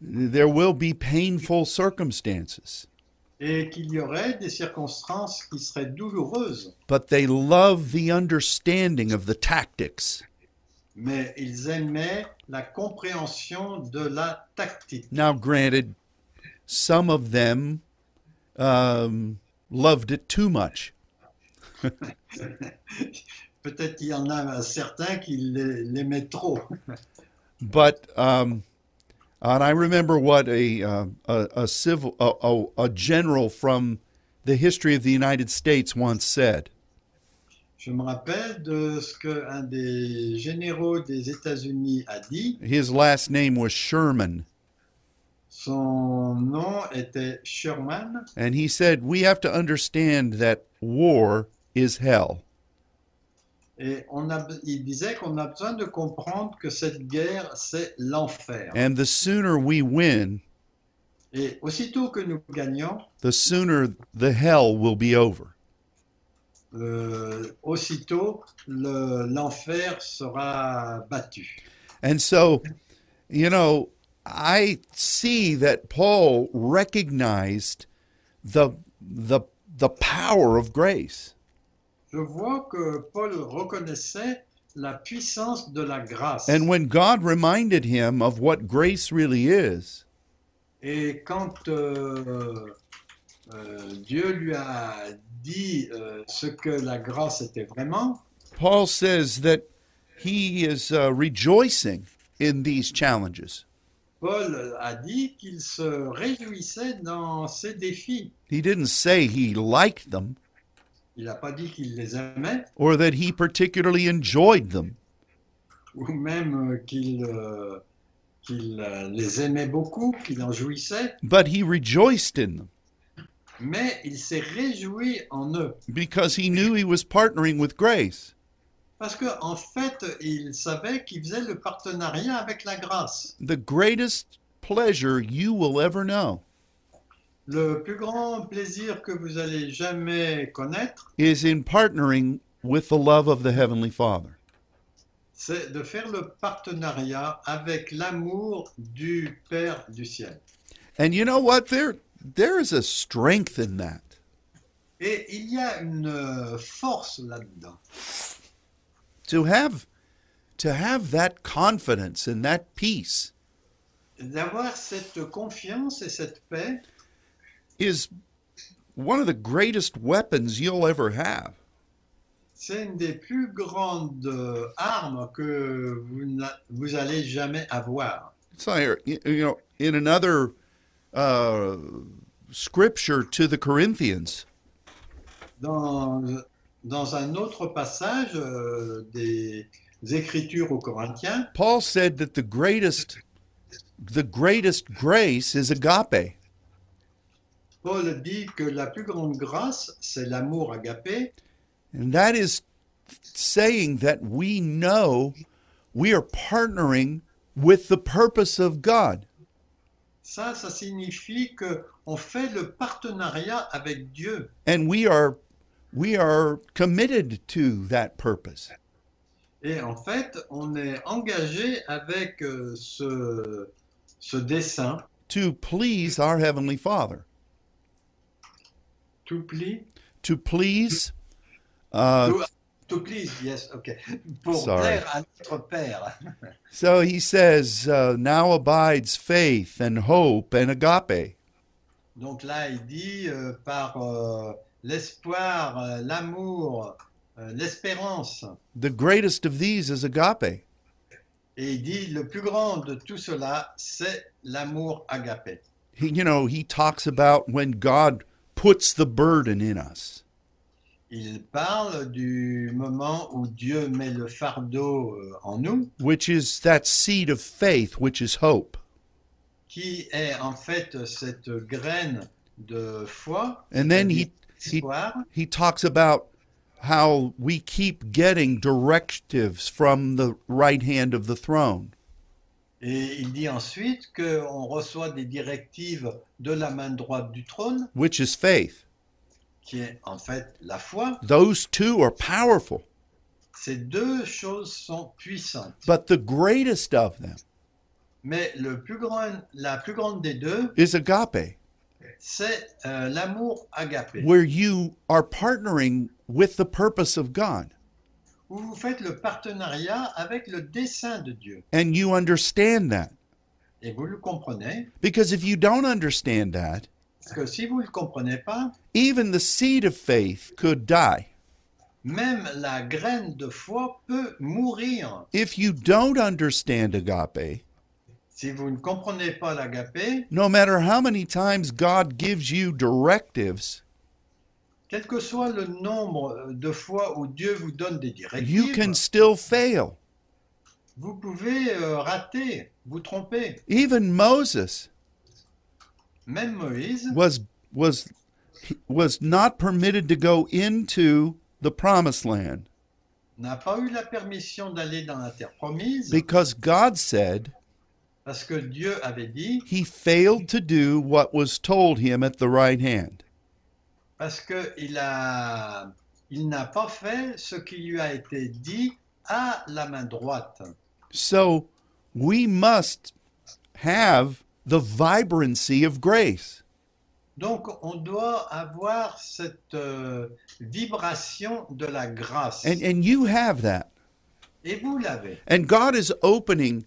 [SPEAKER 1] there will be painful circumstances,
[SPEAKER 2] et qu'il y aurait des circonstances qui seraient douloureuses,
[SPEAKER 1] but they love the understanding of the tactics.
[SPEAKER 2] mais ils aimaient la compréhension de la tactique.
[SPEAKER 1] Now, granted, some of them um, loved it too much.
[SPEAKER 2] Peut-être qu'il y en a certains qui l'a- l'aimaient trop.
[SPEAKER 1] but um, and I remember what a uh, a, a civil a, a, a general from the history of the United States once said.
[SPEAKER 2] Je me rappelle de ce qu'un des généraux des États-Unis a dit.
[SPEAKER 1] His last name was Sherman,
[SPEAKER 2] Son nom était Sherman
[SPEAKER 1] and he said we have to understand that war is hell.
[SPEAKER 2] et on a- il disait qu'on a besoin de comprendre que cette guerre, c'est l'enfer.
[SPEAKER 1] And the sooner we win,
[SPEAKER 2] Et aussitôt que nous gagnons,
[SPEAKER 1] the sooner the hell will be over.
[SPEAKER 2] euh, aussitôt le- l'enfer sera battu.
[SPEAKER 1] And so, you know, I see that Paul recognized the the the power of grace.
[SPEAKER 2] Je vois que Paul reconnaissait la puissance de la grâce.
[SPEAKER 1] And when God reminded him of what grace really is,
[SPEAKER 2] Et quand euh, euh, Dieu lui a dit euh, ce que la grâce était vraiment,
[SPEAKER 1] Paul says that he is uh, rejoicing in these challenges.
[SPEAKER 2] Paul a dit qu'il se réjouissait dans ses défis.
[SPEAKER 1] He didn't say he liked them
[SPEAKER 2] Il n'a pas dit qu'il les aimait
[SPEAKER 1] or that he particularly enjoyed them,
[SPEAKER 2] ou même euh, qu'il euh, qu'il, euh, les aimait beaucoup, qu'il en jouissait,
[SPEAKER 1] but he rejoiced in them
[SPEAKER 2] mais il s'est réjoui en eux.
[SPEAKER 1] because he knew he was partnering with grace.
[SPEAKER 2] Parce qu'en en fait, il savait qu'il faisait le partenariat avec la grâce.
[SPEAKER 1] The greatest pleasure you will ever know
[SPEAKER 2] Le plus grand plaisir que vous allez jamais connaître,
[SPEAKER 1] is in partnering with the love of the Heavenly Father.
[SPEAKER 2] c'est de faire le partenariat avec l'amour du Père du ciel.
[SPEAKER 1] And you know what? There, there is a strength in that.
[SPEAKER 2] Et il y a une euh, force là-dedans.
[SPEAKER 1] to have to have that confidence and that peace
[SPEAKER 2] D'avoir cette confiance et cette paix,
[SPEAKER 1] is one of the greatest weapons you'll ever have
[SPEAKER 2] c'est une des plus grandes euh, armes que vous, n'a- vous allez jamais avoir.
[SPEAKER 1] so here, you you know in another uh, scripture to the corinthians
[SPEAKER 2] Dans, dans un autre passage euh, des Écritures aux Corinthiens,
[SPEAKER 1] paul said that the greatest the greatest grace is agape
[SPEAKER 2] Paul dit que la plus grande grâce, c'est l'amour agapé,
[SPEAKER 1] and that is saying that we know we are partnering with the purpose of god
[SPEAKER 2] Ça, ça signifie que on fait le partenariat avec Dieu
[SPEAKER 1] and we are we are committed to that purpose
[SPEAKER 2] et en fait, on est engagé avec euh, ce, ce dessein,
[SPEAKER 1] to please our heavenly father
[SPEAKER 2] to please,
[SPEAKER 1] to please uh,
[SPEAKER 2] to please, yes, ok, pour
[SPEAKER 1] Sorry.
[SPEAKER 2] plaire à notre Père.
[SPEAKER 1] so he says uh, now abides faith and hope and agape
[SPEAKER 2] Donc là, il dit euh, par euh, l'espoir, euh, l'amour, euh, l'espérance,
[SPEAKER 1] the greatest of these is agape
[SPEAKER 2] et il dit le plus grand de tout cela, c'est l'amour agapé.
[SPEAKER 1] he, you know he talks about when god puts the burden in us
[SPEAKER 2] Il parle du moment où Dieu met le fardeau euh, en nous,
[SPEAKER 1] which is that seed of faith, which is hope.
[SPEAKER 2] qui est en fait cette graine de foi,
[SPEAKER 1] And then he, he,
[SPEAKER 2] d'espoir.
[SPEAKER 1] he talks about how we keep getting directives from the right hand of the throne.
[SPEAKER 2] Et il dit ensuite qu'on reçoit des directives de la main droite du trône,
[SPEAKER 1] which is faith.
[SPEAKER 2] qui est en fait la foi.
[SPEAKER 1] Those two are powerful,
[SPEAKER 2] Ces deux choses sont puissantes.
[SPEAKER 1] but the greatest of them
[SPEAKER 2] Mais le plus grand, la plus grande des deux,
[SPEAKER 1] is agape,
[SPEAKER 2] c'est euh, l'amour agapé,
[SPEAKER 1] where you are partnering with the purpose of God
[SPEAKER 2] où vous faites le partenariat avec le dessein de Dieu.
[SPEAKER 1] and you understand that.
[SPEAKER 2] Et vous le comprenez,
[SPEAKER 1] Because if you don't understand that,
[SPEAKER 2] parce que si vous ne le comprenez pas,
[SPEAKER 1] even the seed of faith could die.
[SPEAKER 2] même la graine de foi peut mourir.
[SPEAKER 1] If you don't understand agape,
[SPEAKER 2] Si vous ne comprenez pas l'agapé,
[SPEAKER 1] no matter how many times God gives you directives,
[SPEAKER 2] Quel que soit le nombre euh, de fois où Dieu vous donne des
[SPEAKER 1] you
[SPEAKER 2] directives,
[SPEAKER 1] can still fail.
[SPEAKER 2] vous pouvez euh, rater, vous tromper.
[SPEAKER 1] Even Moses,
[SPEAKER 2] Même Moïse
[SPEAKER 1] was was was not permitted to go into the promised land
[SPEAKER 2] n'a pas eu la permission d'aller dans la terre promise
[SPEAKER 1] because God said
[SPEAKER 2] parce que Dieu avait dit,
[SPEAKER 1] he failed to do what was told him at the right hand.
[SPEAKER 2] parce que il a, il n'a pas fait ce qui lui a été dit à la main droite.
[SPEAKER 1] So we must have the vibrancy of grace.
[SPEAKER 2] Donc on doit avoir cette euh, vibration de la grâce.
[SPEAKER 1] And and you have that.
[SPEAKER 2] Et vous l'avez.
[SPEAKER 1] And God is opening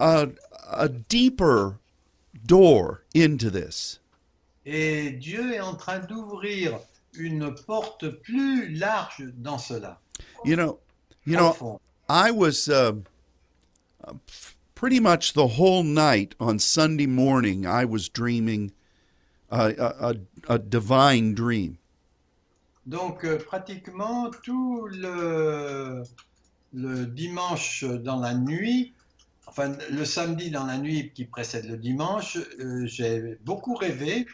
[SPEAKER 1] a a deeper door into this.
[SPEAKER 2] Et Dieu est en train d'ouvrir une porte plus large dans cela.
[SPEAKER 1] You know, you know,
[SPEAKER 2] Profond.
[SPEAKER 1] I was uh, uh, f- pretty much the whole night on Sunday morning. I was dreaming uh, a, a, a divine dream,
[SPEAKER 2] Donc euh, pratiquement tout le, le dimanche dans la nuit, enfin le samedi dans la nuit qui précède le dimanche, euh, j'ai beaucoup rêvé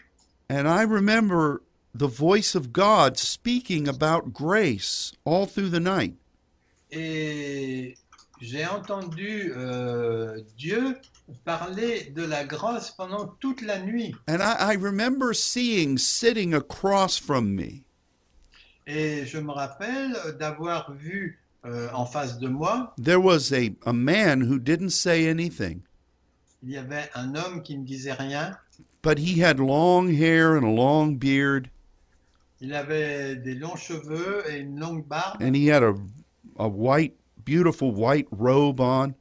[SPEAKER 1] and I remember the voice of God speaking about grace all through the night.
[SPEAKER 2] et j'ai entendu euh, Dieu parler de la grâce pendant toute la nuit.
[SPEAKER 1] And I, I remember seeing sitting across from me
[SPEAKER 2] Et je me rappelle d'avoir vu euh, en face de moi
[SPEAKER 1] there was a, a man who didn't say anything,
[SPEAKER 2] Il y avait un homme qui ne disait rien.
[SPEAKER 1] but he had long hair and a long beard,
[SPEAKER 2] Il avait des longs cheveux et une longue barbe
[SPEAKER 1] and he had a a white, beautiful white robe on.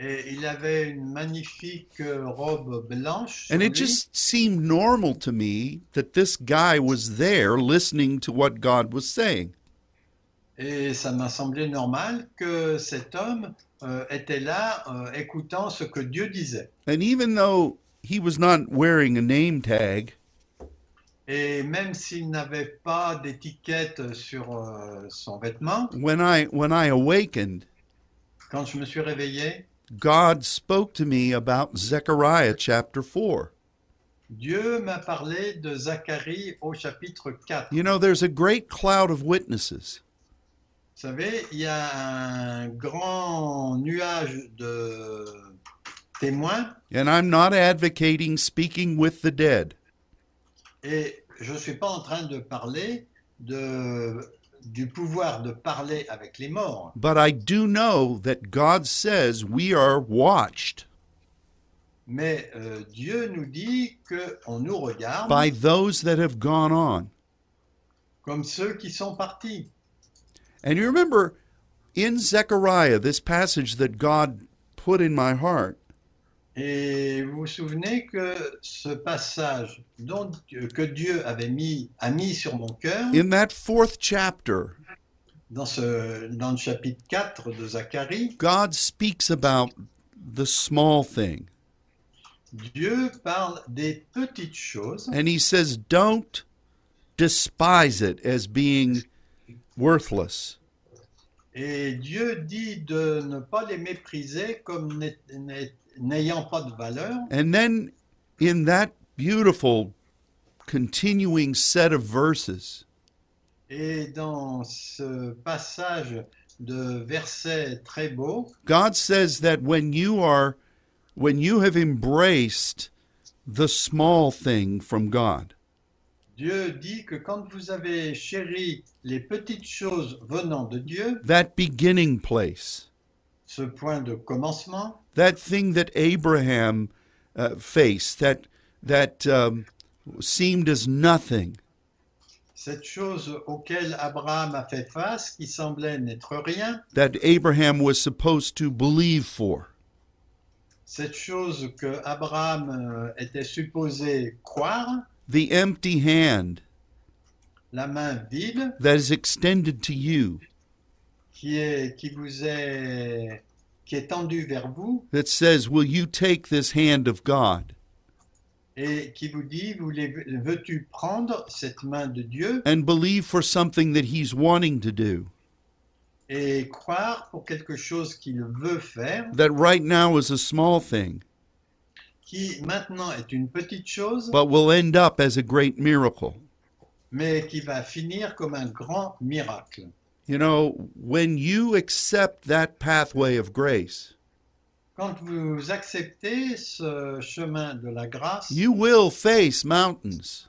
[SPEAKER 2] et il avait une magnifique euh, robe blanche. sur
[SPEAKER 1] And it
[SPEAKER 2] lui.
[SPEAKER 1] just seemed normal to me that this guy was there listening to what God was saying.
[SPEAKER 2] Et ça m'a semblé normal que cet homme euh, était là euh, écoutant ce que Dieu disait.
[SPEAKER 1] And even though he was not wearing a name tag,
[SPEAKER 2] Et même s'il n'avait pas d'étiquette sur euh, son vêtement,
[SPEAKER 1] when I when I awakened,
[SPEAKER 2] quand je me suis réveillé,
[SPEAKER 1] God spoke to me about Zechariah chapter 4.
[SPEAKER 2] Dieu m'a parlé de Zacharie au chapitre 4.
[SPEAKER 1] You know, there's a great cloud of witnesses,
[SPEAKER 2] Vous savez, il y a un grand nuage de témoins
[SPEAKER 1] and I'm not advocating speaking with the dead,
[SPEAKER 2] et je ne suis pas en train de parler de, du pouvoir de parler avec les morts,
[SPEAKER 1] but I do know that God says we are watched
[SPEAKER 2] mais euh, Dieu nous dit qu'on nous regarde
[SPEAKER 1] by those that have gone on.
[SPEAKER 2] comme ceux qui sont partis.
[SPEAKER 1] And you remember in Zechariah, this passage that God put in my heart,
[SPEAKER 2] Et vous vous souvenez que ce passage dont, que Dieu avait mis, a mis sur mon cœur,
[SPEAKER 1] in that fourth chapter,
[SPEAKER 2] dans, ce, dans le chapitre 4 de Zacharie,
[SPEAKER 1] God speaks about the small thing.
[SPEAKER 2] Dieu parle des petites choses
[SPEAKER 1] And he says, Don't despise it as being worthless.
[SPEAKER 2] Et Dieu dit de ne pas les mépriser comme n'ait- n'ait- n'ayant pas de valeur.
[SPEAKER 1] And then in that beautiful continuing set of verses,
[SPEAKER 2] Et dans ce passage de versets très beaux,
[SPEAKER 1] God says that when you are when you have embraced the small thing from God,
[SPEAKER 2] Dieu dit que quand vous avez chéri les petites choses venant de Dieu,
[SPEAKER 1] that beginning place,
[SPEAKER 2] ce point de commencement,
[SPEAKER 1] that thing that Abraham uh, faced, that that um, seemed as nothing,
[SPEAKER 2] cette chose auquel Abraham a fait face, qui semblait n'être rien,
[SPEAKER 1] that Abraham was supposed to believe for.
[SPEAKER 2] cette chose que Abraham euh, était supposé croire,
[SPEAKER 1] the empty hand
[SPEAKER 2] la main vide
[SPEAKER 1] that is extended to you
[SPEAKER 2] qui est qui vous est qui est tendue vers vous
[SPEAKER 1] that says, Will you take this hand of God
[SPEAKER 2] et qui vous dit voulez- veux-tu prendre cette main de Dieu
[SPEAKER 1] and believe for something that He's wanting to do
[SPEAKER 2] et croire pour quelque chose qu'il veut faire
[SPEAKER 1] that right now is a small thing,
[SPEAKER 2] qui maintenant est une petite chose
[SPEAKER 1] but will end up as a great miracle?
[SPEAKER 2] mais qui va finir comme un grand miracle.
[SPEAKER 1] You know, when you accept that pathway of grace,
[SPEAKER 2] Quand vous acceptez ce chemin de la grâce,
[SPEAKER 1] you will face mountains.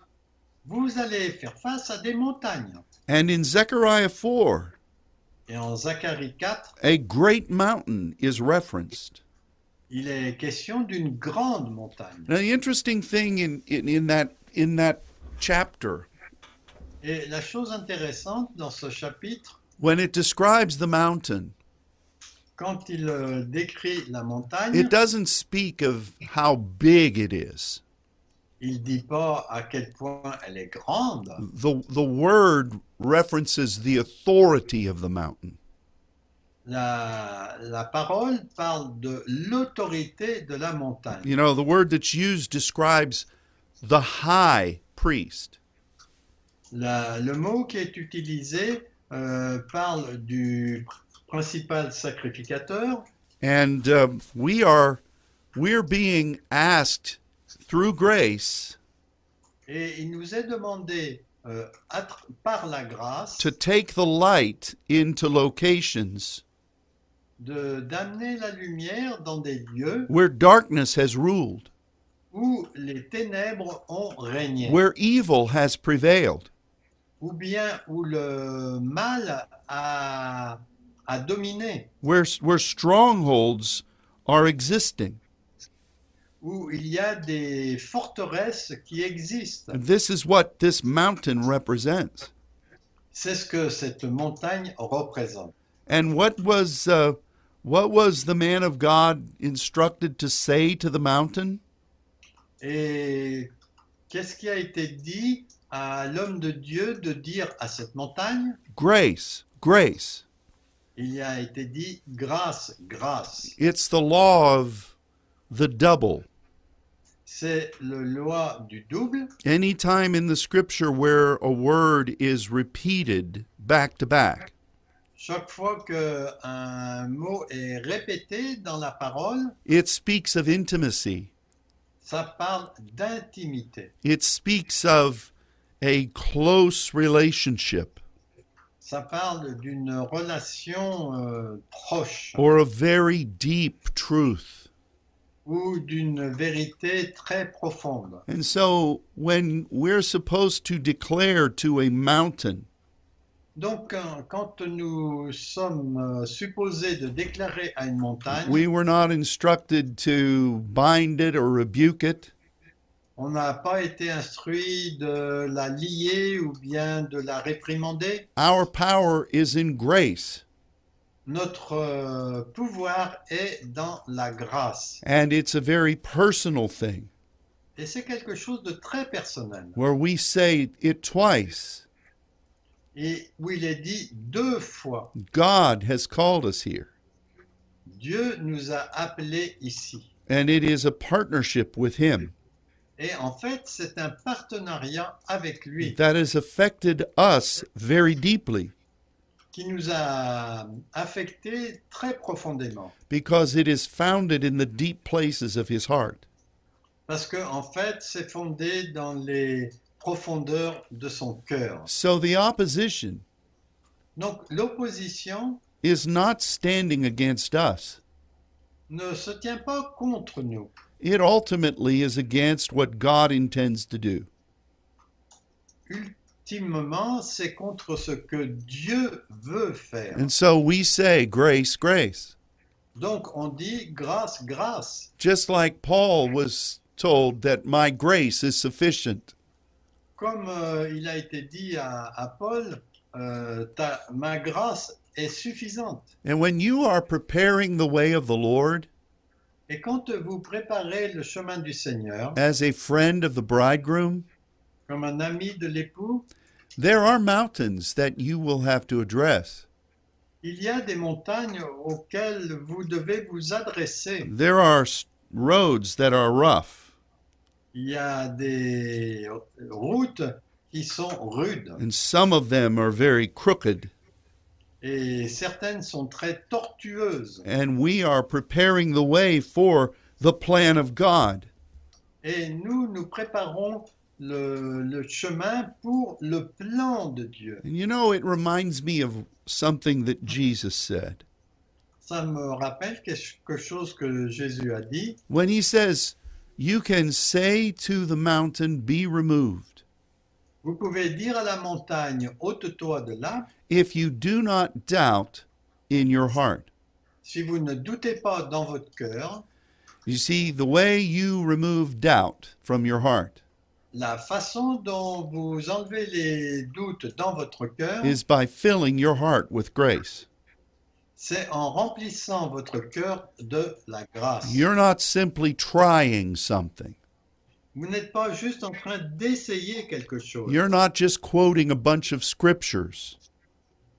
[SPEAKER 2] vous allez faire face à des montagnes.
[SPEAKER 1] And in Zechariah 4,
[SPEAKER 2] Et en Zacharie 4,
[SPEAKER 1] a great mountain is referenced.
[SPEAKER 2] il est question d'une grande montagne.
[SPEAKER 1] Now, the interesting thing in, in, in, that, in that chapter
[SPEAKER 2] Et la chose intéressante dans ce chapitre,
[SPEAKER 1] when it describes the mountain,
[SPEAKER 2] quand il euh, décrit la montagne,
[SPEAKER 1] it doesn't speak of how big it is.
[SPEAKER 2] il dit pas à quel point elle est grande.
[SPEAKER 1] The, the word references the authority of the mountain.
[SPEAKER 2] La, la parole parle de l'autorité de la montagne.
[SPEAKER 1] You know, the word that's used describes the high priest.
[SPEAKER 2] La- le mot qui est utilisé euh, parle du pr- principal sacrificateur
[SPEAKER 1] And um, we are we're being asked through grace
[SPEAKER 2] et il nous est demandé euh, à tr- par la grâce
[SPEAKER 1] to take the light into locations
[SPEAKER 2] de d'amener la lumière dans des lieux
[SPEAKER 1] where darkness has ruled,
[SPEAKER 2] où les ténèbres ont régné.
[SPEAKER 1] where evil has prevailed.
[SPEAKER 2] ou bien où le mal a, a dominé,
[SPEAKER 1] where where strongholds are existing.
[SPEAKER 2] où il y a des forteresses qui existent.
[SPEAKER 1] And this is what this mountain represents.
[SPEAKER 2] C'est ce que cette montagne représente.
[SPEAKER 1] And what was uh, what was the man of God instructed to say to the mountain?
[SPEAKER 2] Et qu'est-ce qui a été dit à l'homme de Dieu de dire à cette montagne
[SPEAKER 1] Grace, grace.
[SPEAKER 2] Il y a été dit grâce, grâce.
[SPEAKER 1] It's the law of the double.
[SPEAKER 2] C'est le loi du double.
[SPEAKER 1] Any time in the scripture where a word is repeated back to back,
[SPEAKER 2] Chaque fois que un mot est répété dans la parole,
[SPEAKER 1] it speaks of intimacy.
[SPEAKER 2] ça parle d'intimité.
[SPEAKER 1] It speaks of a close relationship.
[SPEAKER 2] Ça parle d'une relation euh, proche
[SPEAKER 1] or a very deep truth.
[SPEAKER 2] ou d'une vérité très profonde.
[SPEAKER 1] And so when we're supposed to declare to a mountain,
[SPEAKER 2] Donc, quand- quand nous sommes euh, supposés de déclarer à une montagne,
[SPEAKER 1] we were not instructed to bind it or rebuke it.
[SPEAKER 2] on n'a pas été instruit de la lier ou bien de la réprimander.
[SPEAKER 1] Our power is in grace,
[SPEAKER 2] Notre euh, pouvoir est dans la grâce.
[SPEAKER 1] and it's a very personal thing
[SPEAKER 2] Et c'est quelque chose de très personnel.
[SPEAKER 1] where we say it twice.
[SPEAKER 2] Et où il est dit deux fois,
[SPEAKER 1] God has called us here,
[SPEAKER 2] Dieu nous a appelés ici.
[SPEAKER 1] and it is a partnership with Him.
[SPEAKER 2] Et en fait, c'est un partenariat avec lui
[SPEAKER 1] that has affected us very deeply
[SPEAKER 2] qui nous a affectés très profondément.
[SPEAKER 1] because it is founded in the deep places of his heart.
[SPEAKER 2] Parce que, en fait, c'est fondé dans les profondeurs de son cœur.
[SPEAKER 1] So the opposition
[SPEAKER 2] Donc, l'opposition
[SPEAKER 1] is not standing against us,
[SPEAKER 2] ne se tient pas contre nous.
[SPEAKER 1] it ultimately is against what God intends to do.
[SPEAKER 2] Ultimement, c'est contre ce que Dieu veut faire.
[SPEAKER 1] And so we say, Grace, grace.
[SPEAKER 2] Donc, on dit grâce, grâce.
[SPEAKER 1] Just like Paul was told that my grace is sufficient.
[SPEAKER 2] Comme euh, il a été dit à, à Paul, euh, ta- ma grâce est suffisante.
[SPEAKER 1] And when you are preparing the way of the Lord
[SPEAKER 2] Et quand vous préparez le chemin du Seigneur,
[SPEAKER 1] as a friend of the bridegroom,
[SPEAKER 2] comme un ami de l'époux,
[SPEAKER 1] There are mountains that you will have to address.
[SPEAKER 2] il y a des montagnes auxquelles vous devez vous adresser.
[SPEAKER 1] There are s- roads that are rough,
[SPEAKER 2] Il y a des routes qui sont rudes
[SPEAKER 1] and some of them are very crooked,
[SPEAKER 2] et certaines sont très tortueuses.
[SPEAKER 1] and we are preparing the way for the plan of God.
[SPEAKER 2] Et nous, nous préparons le, le chemin pour le plan de Dieu.
[SPEAKER 1] And you know, it reminds me of something that Jesus said.
[SPEAKER 2] Ça me rappelle quelque chose que Jésus a dit.
[SPEAKER 1] When he says, You can say to the mountain, Be removed.
[SPEAKER 2] Vous pouvez dire à la montagne, ôte-toi de là,
[SPEAKER 1] If you do not doubt in your heart.
[SPEAKER 2] si vous ne doutez pas dans votre cœur.
[SPEAKER 1] You see, the way you remove doubt from your heart
[SPEAKER 2] La façon dont vous enlevez les doutes dans votre cœur,
[SPEAKER 1] is by filling your heart with grace.
[SPEAKER 2] c'est en remplissant votre cœur de la grâce.
[SPEAKER 1] You're not simply trying something.
[SPEAKER 2] Vous n'êtes pas juste en train d'essayer quelque chose.
[SPEAKER 1] You're not just quoting a bunch of scriptures.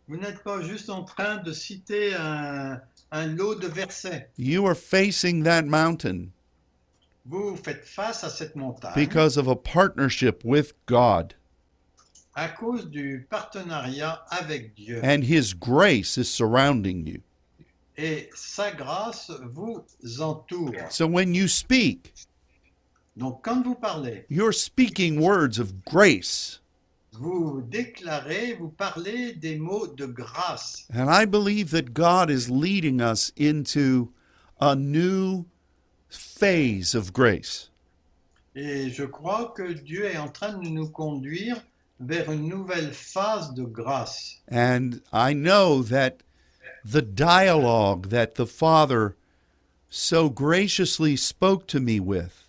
[SPEAKER 2] Vous n'êtes pas juste en train de citer un, un lot de versets.
[SPEAKER 1] You are facing that mountain
[SPEAKER 2] Vous faites face à cette montagne
[SPEAKER 1] because of a partnership with God,
[SPEAKER 2] à cause du partenariat avec Dieu.
[SPEAKER 1] and His grace is surrounding you.
[SPEAKER 2] Et sa grâce vous entoure.
[SPEAKER 1] So when you speak,
[SPEAKER 2] Donc quand vous parlez,
[SPEAKER 1] you're speaking words of grace.
[SPEAKER 2] vous déclarez, vous parlez des mots de grâce.
[SPEAKER 1] And I believe that God is leading us into a new phase of grace.
[SPEAKER 2] Et je crois que Dieu est en train de nous conduire vers une nouvelle phase de grâce.
[SPEAKER 1] And I know that the dialogue that the Father so graciously spoke to me with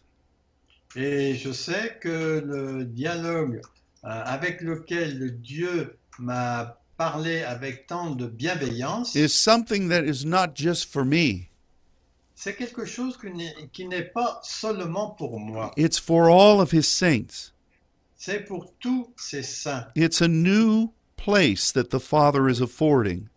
[SPEAKER 2] Et je sais que le dialogue euh, avec lequel Dieu m'a parlé avec tant de bienveillance,
[SPEAKER 1] is something that is not just for me,
[SPEAKER 2] c'est quelque chose qui n'est- qui n'est pas seulement pour moi,
[SPEAKER 1] it's for all of His saints.
[SPEAKER 2] c'est pour tous ces saints.
[SPEAKER 1] It's a new place that the Father is affording.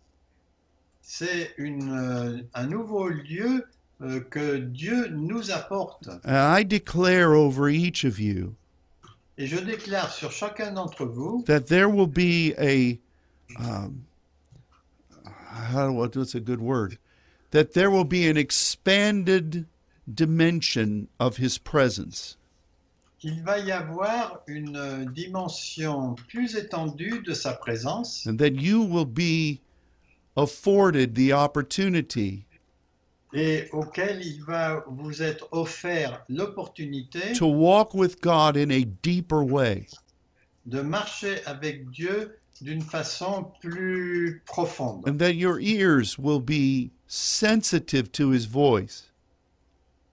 [SPEAKER 2] C'est une, euh, un nouveau lieu euh, que Dieu nous apporte.
[SPEAKER 1] And I declare over each of you
[SPEAKER 2] Et je déclare sur chacun d'entre vous
[SPEAKER 1] that there will be a, um, how, what- what's a good word? That there will be an expanded dimension of His presence.
[SPEAKER 2] qu'il va y avoir une dimension plus étendue de sa présence
[SPEAKER 1] and that you will be afforded the opportunity
[SPEAKER 2] et auquel il va vous être offert l'opportunité
[SPEAKER 1] to walk with God in a deeper way.
[SPEAKER 2] de marcher avec Dieu d'une façon plus profonde,
[SPEAKER 1] And that your ears will be sensitive to his voice.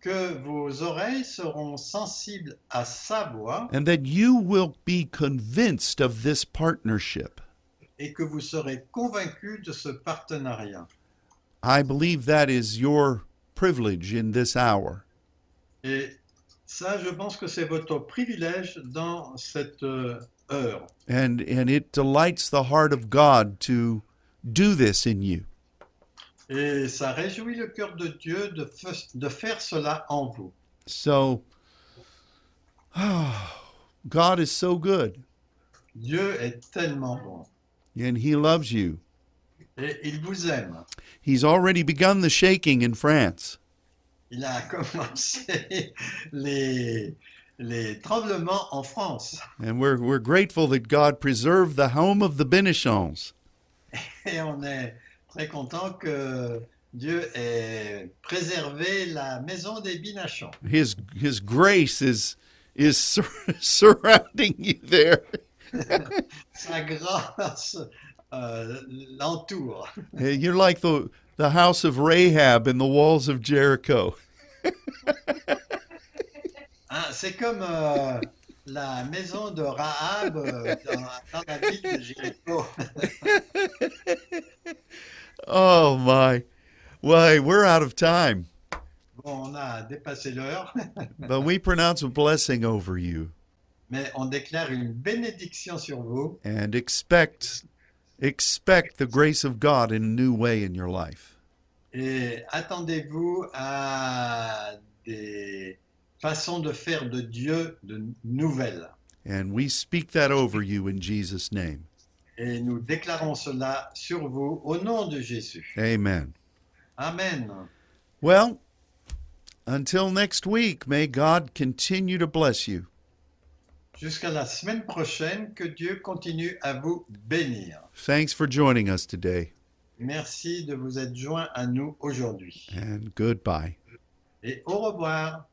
[SPEAKER 2] que vos oreilles seront sensibles à sa voix
[SPEAKER 1] And that you will be convinced of this partnership.
[SPEAKER 2] et que vous serez convaincus de ce partenariat.
[SPEAKER 1] I believe that is your privilege in this hour.
[SPEAKER 2] Et ça, je pense que c'est votre privilège dans cette euh, heure.
[SPEAKER 1] And, and it delights the heart of God to do this in you.
[SPEAKER 2] Et ça réjouit le cœur de Dieu de, fa- de faire cela en vous.
[SPEAKER 1] So God is so good
[SPEAKER 2] Dieu est tellement bon
[SPEAKER 1] and He loves you.
[SPEAKER 2] et il vous aime.
[SPEAKER 1] He's already begun the shaking in France.
[SPEAKER 2] Il a commencé les, les tremblements en France
[SPEAKER 1] And we're, we're grateful that God preserved the home of the Benichons.
[SPEAKER 2] et on est très content que Dieu ait préservé la maison des Binachons.
[SPEAKER 1] His, his grace is, is sur- surrounding you there.
[SPEAKER 2] Sa grâce euh, l'entoure.
[SPEAKER 1] You're like the, the house of Rahab in the walls of Jericho.
[SPEAKER 2] Hein, C'est comme euh, la maison de Rahab euh, dans, dans la ville de Jéricho.
[SPEAKER 1] Oh, my. Why, we're out of time,
[SPEAKER 2] Bon, on a dépassé l'heure,
[SPEAKER 1] but we pronounce a blessing over you
[SPEAKER 2] mais on déclare une bénédiction sur vous
[SPEAKER 1] and expect expect the grace of God in a new way in your life.
[SPEAKER 2] et attendez-vous à des façons de faire de Dieu de nouvelles.
[SPEAKER 1] And we speak that over you in Jesus' name.
[SPEAKER 2] Et nous déclarons cela sur vous au nom de Jésus.
[SPEAKER 1] Amen.
[SPEAKER 2] Amen.
[SPEAKER 1] Well, until next week, may God continue to bless you.
[SPEAKER 2] Jusqu'à la semaine prochaine, que Dieu continue à vous bénir.
[SPEAKER 1] Thanks for joining us today,
[SPEAKER 2] Merci de vous être joint à nous aujourd'hui.
[SPEAKER 1] and goodbye.
[SPEAKER 2] Et au revoir.